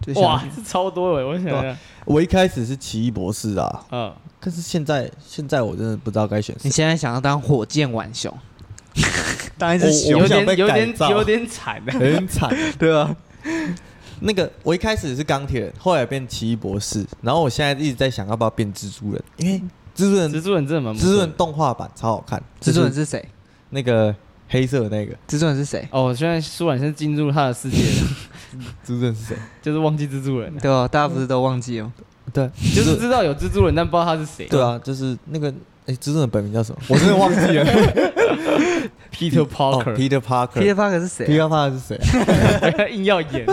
S3: 就想
S1: 哇，这超多哎！我想想，
S2: 我一开始是奇异博士啊，
S1: 嗯，
S2: 可是现在现在我真的不知道该选谁
S3: 你。现在想要当火箭浣熊，当然
S2: 我
S3: 是
S2: 我
S3: 熊
S1: 有
S2: 想
S1: 点
S2: 被
S1: 有
S2: 改
S1: 点
S2: 造 <laughs>
S1: <laughs> 有点惨的。
S2: 很惨，对啊。啊那个我一开始是钢铁人，后来变奇异博士，然后我现在一直在想要不要变蜘蛛人，因为蜘蛛人
S1: 蜘蛛人真的蛮不
S2: 蜘蛛
S1: 错的
S2: 人动画版超好看，
S3: 蜘蛛人
S2: 就是
S3: 谁？
S2: 那个黑色的那个
S3: 蜘蛛人是谁？
S1: 哦，虽然舒婉生进入他的世界 <laughs> 了，
S2: 蜘蛛人是谁？
S1: 就是忘记蜘蛛人了，
S3: 对吧？大家不是都忘记哦了吗？
S2: 对，
S1: <laughs> 就是知道有蜘蛛人，但不知道他是谁。
S2: 对啊，就是那个哎，蜘蛛人的本名叫什么？我真的忘记了。
S1: ，Peter
S2: 哦
S1: Parker，
S2: Peter
S3: Peter
S2: Parker，Peter
S3: Parker 是谁啊？
S2: Parker 是谁？
S1: <laughs> 硬要演。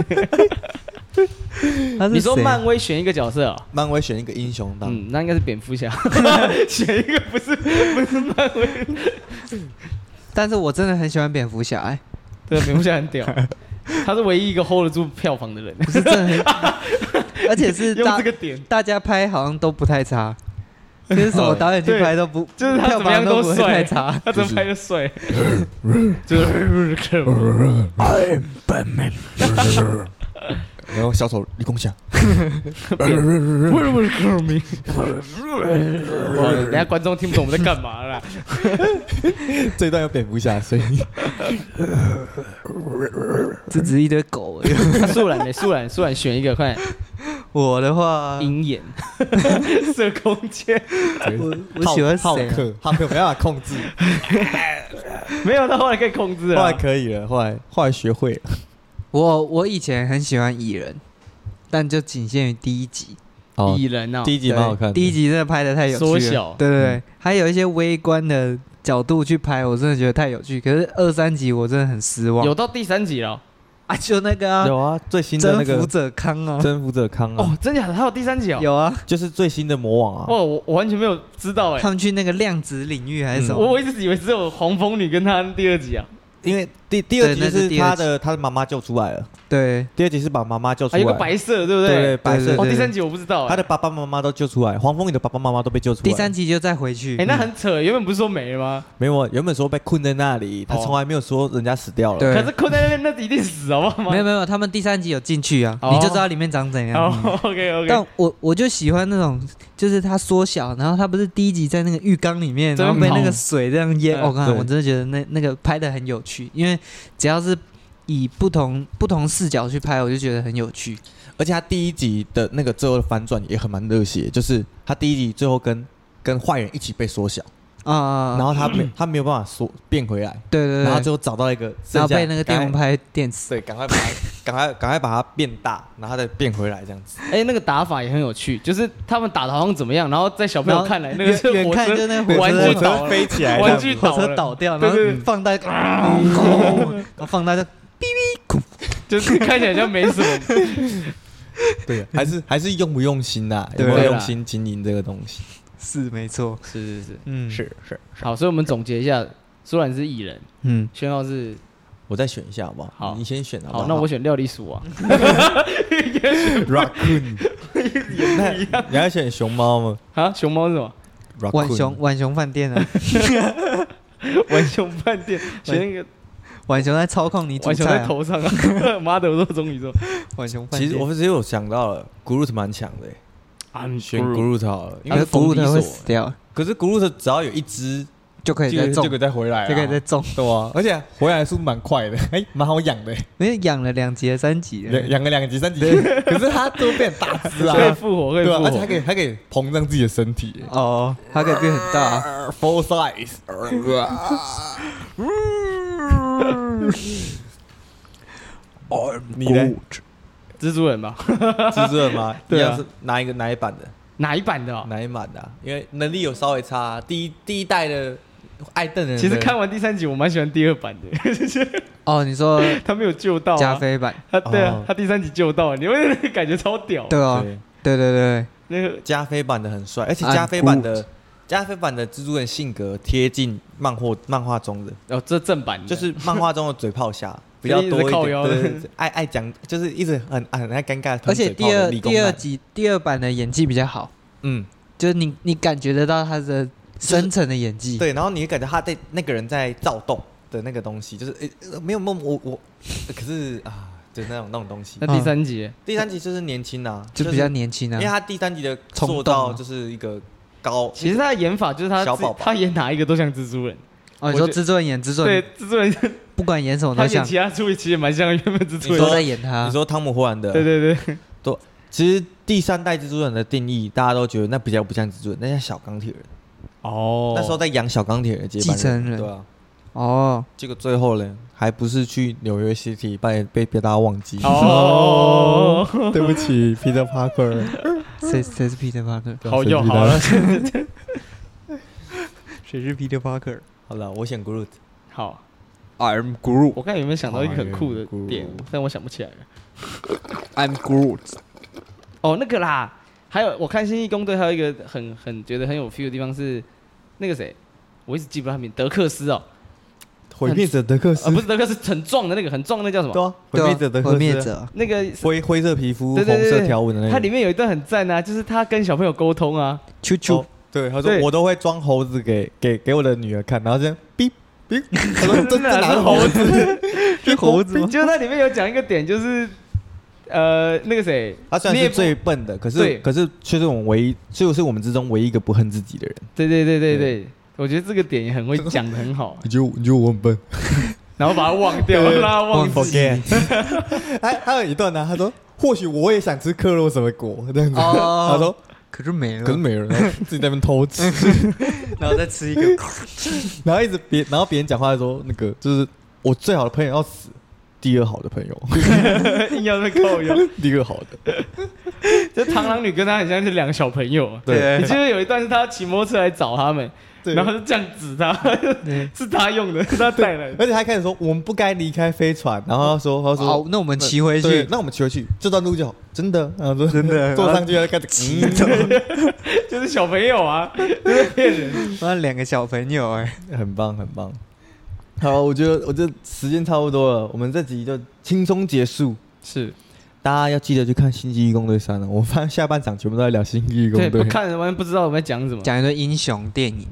S3: 他是
S1: 你说
S3: 谁啊
S1: 漫威选一个角色啊？
S2: 漫威选一个英雄当，
S1: 嗯，那应该是蝙蝠侠。
S4: 选一个不是不是漫威，
S3: 但是我真的很喜欢蝙蝠侠、哎，
S1: 对，蝙蝠侠很屌，他是唯一一个 hold 得住票房的人，
S3: 不是真的很，而且是
S4: 用
S3: 大、
S4: 这个点，
S3: 大家拍好像都不太差，就是什么导演去拍都不，
S4: 就是他
S3: 票
S4: 怎么样
S3: 房
S4: 都
S3: 不会太
S4: 帅，
S3: 差。 <laughs>
S4: 他怎么拍都帅，就是
S1: <laughs>
S2: 然后小丑李光侠，
S1: 哇人家观众听不懂我们在干嘛啦。
S2: <laughs> 这一段有蝙蝠侠的声音。
S3: 这只是一堆狗而已。
S1: 素然的素然，素然选一个，快
S3: 我的话，
S1: 鹰眼，
S4: 射空间，
S3: 我我喜欢
S2: 浩
S3: 谁啊
S2: 克，浩克没办法控制，
S4: 没有他后来可以控制
S1: 啊
S2: 后
S4: 了
S2: 来。可以了，后来后来学会了。
S3: 我我以前很喜欢蚁人，但就仅限于第一集。
S1: 蚁人啊，
S2: 哦第一集蛮好看的，
S3: 哦第一集真的拍的太有趣了，
S1: 缩小嗯
S3: 对对对，还有一些微观的角度去拍，我真的觉得太有趣。可是二三集我真的很失望。
S1: 有到第三集了。
S3: 啊，就那个啊，
S2: 有啊，最新的
S3: 征
S2: 那
S3: 服
S2: 个
S3: 者康啊，
S2: 征服者康啊，
S1: 哦，真假的？还有第三集哦？
S3: 有啊，
S2: 就是最新的魔
S1: 哇，
S2: 王
S3: 哦
S2: 啊，
S1: 我我完全没有知道哎
S3: 他，们去那个量子领域还是什么？
S1: 我我一直以为只有黄蜂女跟她第二集啊，
S2: 因为第第二集
S3: 对那是
S2: 是
S3: 第二
S2: 他
S3: 集啊
S2: 的他的妈妈救出来了，
S3: 对，
S2: 第二集是把妈妈救出
S1: 还
S2: 来，
S1: 有个白色的，对不
S2: 对
S1: 对？
S2: 白色
S3: 对
S1: 哦，
S2: 的，
S1: 第三集我不知道
S2: 他
S1: 哎。
S2: 的爸爸妈妈都救出来，黄蜂女的爸爸妈妈都被救出来。
S3: 第三集就再回去。嗯
S1: 哎，那很扯，原本不是说没了吗？
S2: 没有，啊原本说被困在那里，他
S1: 哦
S2: 从来没有说人家死掉了。
S3: 对
S1: 可是困在那边，那一定死好不好吗？
S3: 没有没有，他们第三集有进去啊，
S1: 哦
S3: 你就知道里面长怎样。
S1: 哦，OK OK，
S3: 但我我就喜欢那种，就是它缩小，然后它不是第一集在那个浴缸里面，
S1: 真
S3: 然后被
S1: 好
S3: 那个水这样淹。
S1: 嗯
S3: 我看
S2: 对
S3: 我真的觉得那那个拍的很有趣，因为只要是以不同不同视角去拍，我就觉得很有趣。
S2: 而且他第一集的那个最后的反转也很蛮热血，就是他第一集最后跟跟坏人一起被缩小，
S3: 啊、
S2: 然后他没他没有办法缩变回来，
S3: 对对对，
S2: 然后最后找到一个剩下，
S3: 然后被那个电蚊
S2: 赶快，
S3: 拍电死。
S2: 对，赶快把它赶快赶快把它变大，然后它再变回来这样子。
S1: 哎，那个打法也很有趣，就是他们打的好像怎么样，然后在小朋
S3: 然
S1: 友
S3: 后
S1: 看来，那个是
S3: 远远
S1: 火
S3: 看
S1: 车
S3: 就那火车
S1: 玩具倒了
S2: 飞起来
S1: 玩具
S3: 火
S1: 倒
S3: 车
S1: 哎了，
S3: 倒掉，然后
S4: 对对对
S3: 放大，然后放大就
S1: 就是看起来像没什么。
S2: 对，还是还是用不用心呐、啊？有
S3: 对
S2: 没有
S1: 对啦
S2: 用心经营这个东西？
S3: <laughs> 是没错，
S1: 是是是，
S3: 嗯，
S2: 是是，
S1: 好，所以我们总结一下，苏然是蚁人，
S3: 嗯，
S1: 宣浩是
S2: 我再选一下好不好？
S1: 好
S2: 你先选好不
S1: 好，那我选料理鼠
S3: <laughs>
S1: 王。
S2: raccoon，那你要选熊猫吗
S1: 啊，熊猫是什么？
S2: ？raccoon，
S3: 浣熊浣熊饭店啊，
S1: 玩熊饭店，选那个
S3: 浣熊在操控你煮
S1: 玩熊
S3: 菜
S1: 在
S3: 啊，
S1: 头上啊！ <laughs> 妈的，我说中宇说
S3: 浣熊饭
S2: 其
S3: 店。
S2: 实我其实我想到了，Groot 蛮强的欸、
S1: ，I'm
S2: 选 Groot 好了，因
S3: 可
S2: 为
S3: 是服务
S2: 的
S3: 的会死掉，
S2: 可是 Groot 只要有一只，
S3: 就可以
S2: 这
S3: 再
S2: 个
S3: 种
S2: 这，个再回来啊，
S3: 就可以再种。 <laughs>
S2: 对啊，而且回来的速度蛮快的， <laughs> 哎，蛮好养的，
S3: 因为养了两集了三集
S2: 养
S3: 了，
S2: 养个两集三集，
S3: <laughs>
S2: 可是它都变大只啊
S1: 可，以复活，可以
S2: 对啊，而且
S1: 复
S2: 还可
S1: 活。
S2: 以还可以膨胀自己的身体
S3: 哦，它可以变很大
S2: <laughs>
S3: 啊。
S2: 呃，full size，哦， <laughs> 你呢？
S1: 蜘蛛人吧？
S2: 蜘蛛人吗？
S1: <laughs> 对啊
S2: 一样是哪一个哪一版的？
S1: <laughs> 哪一版的啊？
S2: 哪一版的啊、因为能力有稍微差、第一第一代的艾登人的，
S1: 其实看完第三集，我蛮喜欢第二版的， <laughs>
S3: 哦，你说
S1: 他没有救到
S3: 加
S1: 啊。
S3: 菲版？
S1: 他对啊
S2: 哦，
S1: 他第三集救到，你会那个感觉超屌。
S3: 对啊，
S2: 对
S3: 对对对，
S1: 那个
S2: 加菲版的很
S1: 啊
S2: 帅，而且
S3: I'm
S2: 加菲版的加菲版的蜘蛛人性格贴近漫画漫画中的，
S1: 哦，这正版的
S2: 就是漫画中的嘴炮侠
S1: <laughs>
S2: 比较多
S1: 一直靠
S2: 一点，
S1: 腰
S2: 对对对爱爱讲就是一直很很爱尴尬
S3: 而
S2: 喷
S3: 且
S2: 嘴炮
S3: 第
S2: 的
S3: 二
S2: 理工男，
S3: 第二集第二版的演技比较好，
S2: 嗯
S3: 就是你你感觉得到他的深层的演技。
S2: 对，然后你会感觉他在那个人在躁动的那个东西，就是诶、呃没有梦我我，可是啊就是那种那种东西
S1: 那。第三集，
S2: 第三集就是年轻啊，
S3: 就比
S2: 是
S3: 较年轻
S2: 因为
S3: 啊。
S2: 他第三集的
S3: 冲
S2: 做
S3: 动
S2: 到
S3: 啊
S2: 就是一个高，
S1: 其实他的演法就是他
S2: 小
S1: 自己
S2: 宝宝
S1: 他演哪一个都像蜘蛛人。
S3: 哦，你说
S1: 我觉
S3: 制作人演制作
S1: 对
S3: 人，，
S1: 蜘蛛人
S3: 不管演什么
S4: 他
S3: 都
S4: 演
S3: 像，
S4: 其他处理其实蛮像原本之处
S2: 你
S4: 理
S2: 说
S3: 都在演他
S2: 你。说汤姆·霍兰的，
S4: 对对对，
S2: 其实第三代蜘蛛人的定义，大家都觉得那比较不像蜘蛛人，那像小钢铁人。
S4: 哦
S2: 那时候在养小钢铁人的接班
S3: 继承人
S2: 对啊。
S3: 哦，
S2: 结果最后呢，还不是去纽约 City 被被被大家忘记。
S1: 哦
S4: 哦，
S2: 对不起，Peter Parker。
S3: 谁谁是 Peter Parker？
S4: 好用
S2: <laughs>
S4: 好了，
S1: <laughs>
S3: 谁是 Peter Parker？I'm
S2: 好了，我选 Groot。
S4: 好，
S3: Groot。
S4: 我刚才有没有想到一个很酷的
S2: 好
S4: 点
S2: 有个，
S4: 但我想不起来了。
S3: I'm Groot。
S1: 哦，那个啦，还有我看《星际公队》还有一个很很觉得很有 feel 的地方是，那个谁，我一直记不到他名，德克斯哦，
S2: 毁灭者德克斯
S1: 啊，不是德克斯，很壮的那个，很壮的那叫什么？
S2: 对啊，毁灭者德克斯，
S3: 毁灭者。
S1: 那个
S2: 灰灰色皮肤、
S1: 对
S2: 红
S1: 对对
S2: 色条纹的那
S1: 它
S2: 个
S1: 里。面有一段很赞啊，就是他跟小朋友沟通啊，
S3: 啾啾
S2: 哦，对，他说
S1: 对
S2: 我都会装猴子给给给我的女儿看，然后这样哔哔，他说这这
S1: 哪是
S2: 哪是猴子？ <laughs>
S3: 是猴子吗？
S1: 就是它里面有讲一个点，就是呃那个谁，
S2: 他虽然
S1: 你也
S2: 是
S1: 不
S2: 最笨的，可是
S1: 对
S2: 可是却是我们唯一，就是我们之中唯一一个不恨自己的人。
S1: 对对对对对，我觉得这个点也很会讲的很好，
S2: 你觉得你觉得我很笨
S1: 然后把它忘掉，
S2: 对
S1: 让他忘记。
S2: ？Forget。还还有一段呢，他说或许我也想吃克洛什么果这样子，
S3: 哦
S2: <laughs> 他说
S3: 可是没了，
S2: 可是没有人，然后自己在那边偷吃，
S3: 然后再吃一个，
S2: 然后一直别然后别人讲话的时候，那个就是我最好的朋友要死，第二好的朋友， <laughs>
S4: 硬要被扣用。
S2: 第二好的。
S4: 这螳螂女跟他很像是两个小朋友啊，
S2: <laughs> 对
S4: 你记得有一段是他骑摩托车来找他们，
S2: 对
S4: 然后就这样指他，
S1: <laughs>
S4: 是他用的，是他带
S2: <laughs>
S4: 来的。
S2: 而且他开始说我们不该离开飞船，然后他说他说
S3: 好，那我们骑回
S2: 对
S3: 去。
S2: 那我们骑回去这段路就好，真的，然后说
S3: 真的
S2: 坐上去他就开始
S3: 骑
S2: 骑，
S4: 就是小朋友啊，
S3: 那两个小朋友哎，
S2: <laughs> 很棒很棒。好，我觉得我这时间差不多了，我们这集就轻松结束。
S1: 是
S2: 大家要记得去看《星际义工队三》了，我发现下半场全部都在聊《星际义工
S1: 对，
S2: 队
S1: 不》，看完不知道我们在讲什么。
S3: 讲一堆英雄电影，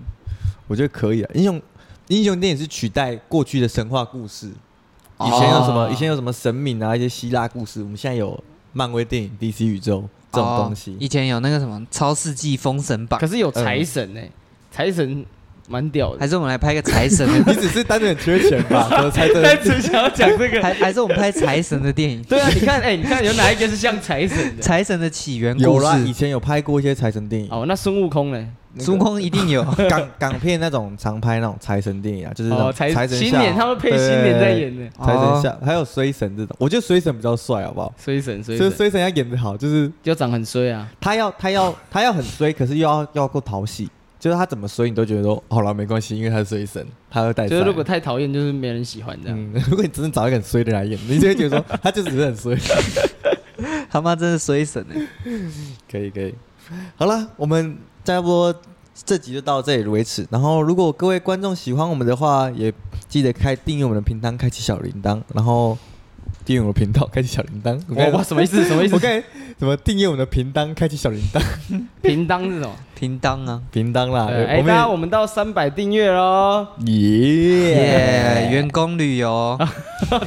S2: 我觉得可以啊。英雄英雄电影是取代过去的神话故事，以前有什么、
S1: 哦
S2: 以前有什么神明啊，一些希腊故事，我们现在有漫威电影、DC 宇宙这种东西
S3: 哦。以前有那个什么超世纪封神榜
S1: 可，是有财神
S2: 嗯
S1: 呢、财神蛮屌的
S3: 还。是我们来拍个财神的，
S2: 你 <laughs> 只是单纯缺钱 <laughs> 吧？我猜这
S4: 他
S1: <laughs>
S4: 只想要讲这个。
S3: 还还是我们拍财神的电影，
S1: 对啊，你看，哎、你看有哪一个是像财
S2: <laughs>
S1: 神的？
S3: 财神的起源
S2: 有
S3: 故
S2: 啦，以
S3: 事，
S2: 前有拍过一些财神电影，
S1: 哦，那孙悟空呢？
S2: 那个
S3: 孙悟空一
S2: <laughs>
S3: 定有。
S2: 港港片那种常拍那种财神电影啊，就是那种
S1: 哦，
S2: 财
S1: 财
S2: 神
S1: 新
S2: 下
S1: 年他们配新年在演的，
S2: 对财神
S3: 哦
S2: 下，还有衰神这种，我觉得衰神比较帅，好不好？
S1: 衰神衰
S2: 所以
S1: 神
S2: 衰神要演的好，就是
S1: 就长很衰啊。
S2: 他要他要他要很衰，可是又要又要够讨喜，就是他怎么衰你都觉得说好了没关系，因为他是衰神，他会带赛。
S1: 就是如果太讨厌，就是没人喜欢这样。
S2: 嗯， <laughs> 如果你真的找一个很衰的来演，你就会觉得说他就只是很衰。
S3: 他妈真是衰神哎！
S2: 可以可以，好了，我们差不多这集就到这里为止。然后，如果各位观众喜欢我们的话，也记得开订阅我们的频道，开启小铃铛，然后订阅我们的频道，开启小铃铛。我
S1: 我哇，
S2: 刚才
S1: 什么意思？什么意思
S2: <laughs> 我？刚才怎么订阅我们的频道，开启小铃铛？
S1: 平当是什么？
S3: 叮当啊，
S2: 铃铛啦，
S1: 对哎，大家我们到三百订阅喽，
S3: 耶！
S2: 耶
S3: 员工旅游，
S1: <laughs>
S2: 啊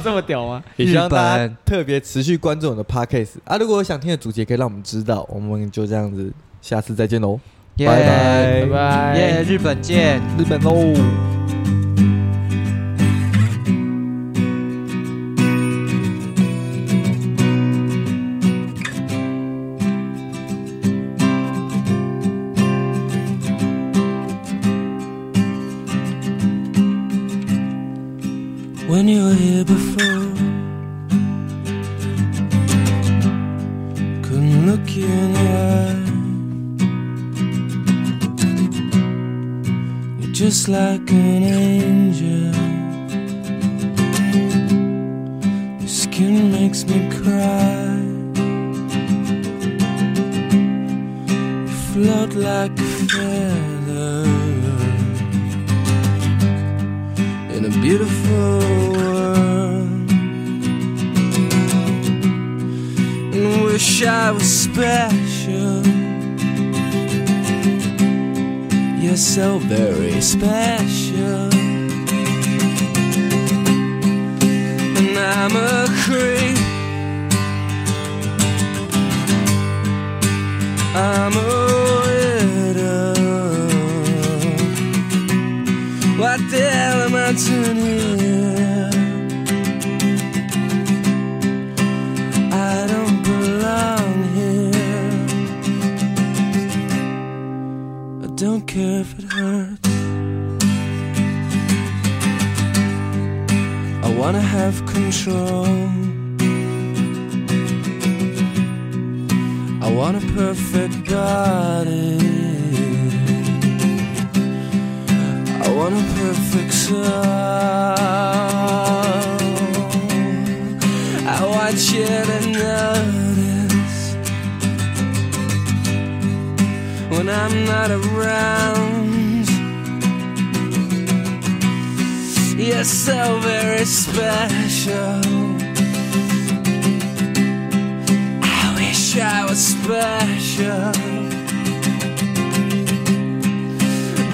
S1: 这么屌吗？
S2: 也希望大
S3: 日
S2: 家
S3: 本
S2: 特别持续关注我们的 podcast 啊！如果有想听的主题，也可以让我们知道，我们就这样子，下次再见喽，
S3: 耶
S2: 拜拜
S1: 拜拜。
S3: 哎耶！日本见。
S2: 日本喽。
S6: when you were here before. Couldn't look you in the eye. You're just like an angel. Your skin makes me cry. You float like a feather in a beautiful world. And wish I was special. You're so very special. And I'm a creep. I'm a widow. What the hell am I doing here? care if it hurts. I wanna have control. I want a perfect garden. I want a perfect soul. I watch it and notice when I'm not around. You're so very special. I wish I was special,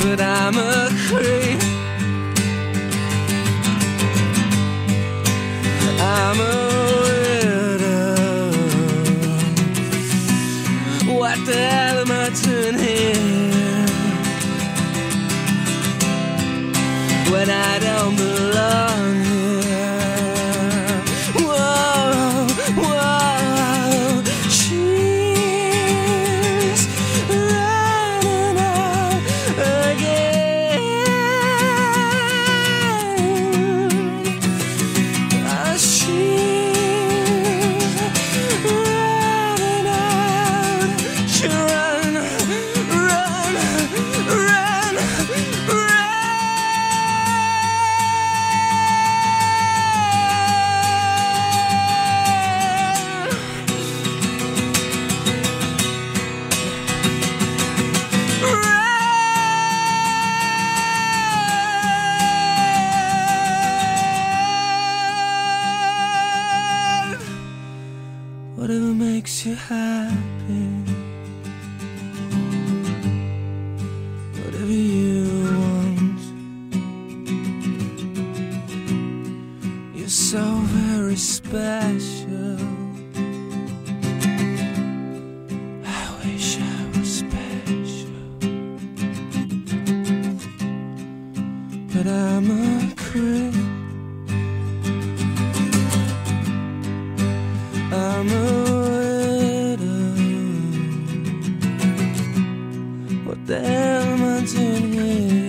S6: but I'm a creep. I'm a widow. What the hell am I doing here? When I don't belong here. Whoa, whoa. She's running out again. Whatever makes you happy. Whatever you want. You're so very special. I wish I was special. But I'm a creep. I'm a widow. What the hell am I doing here?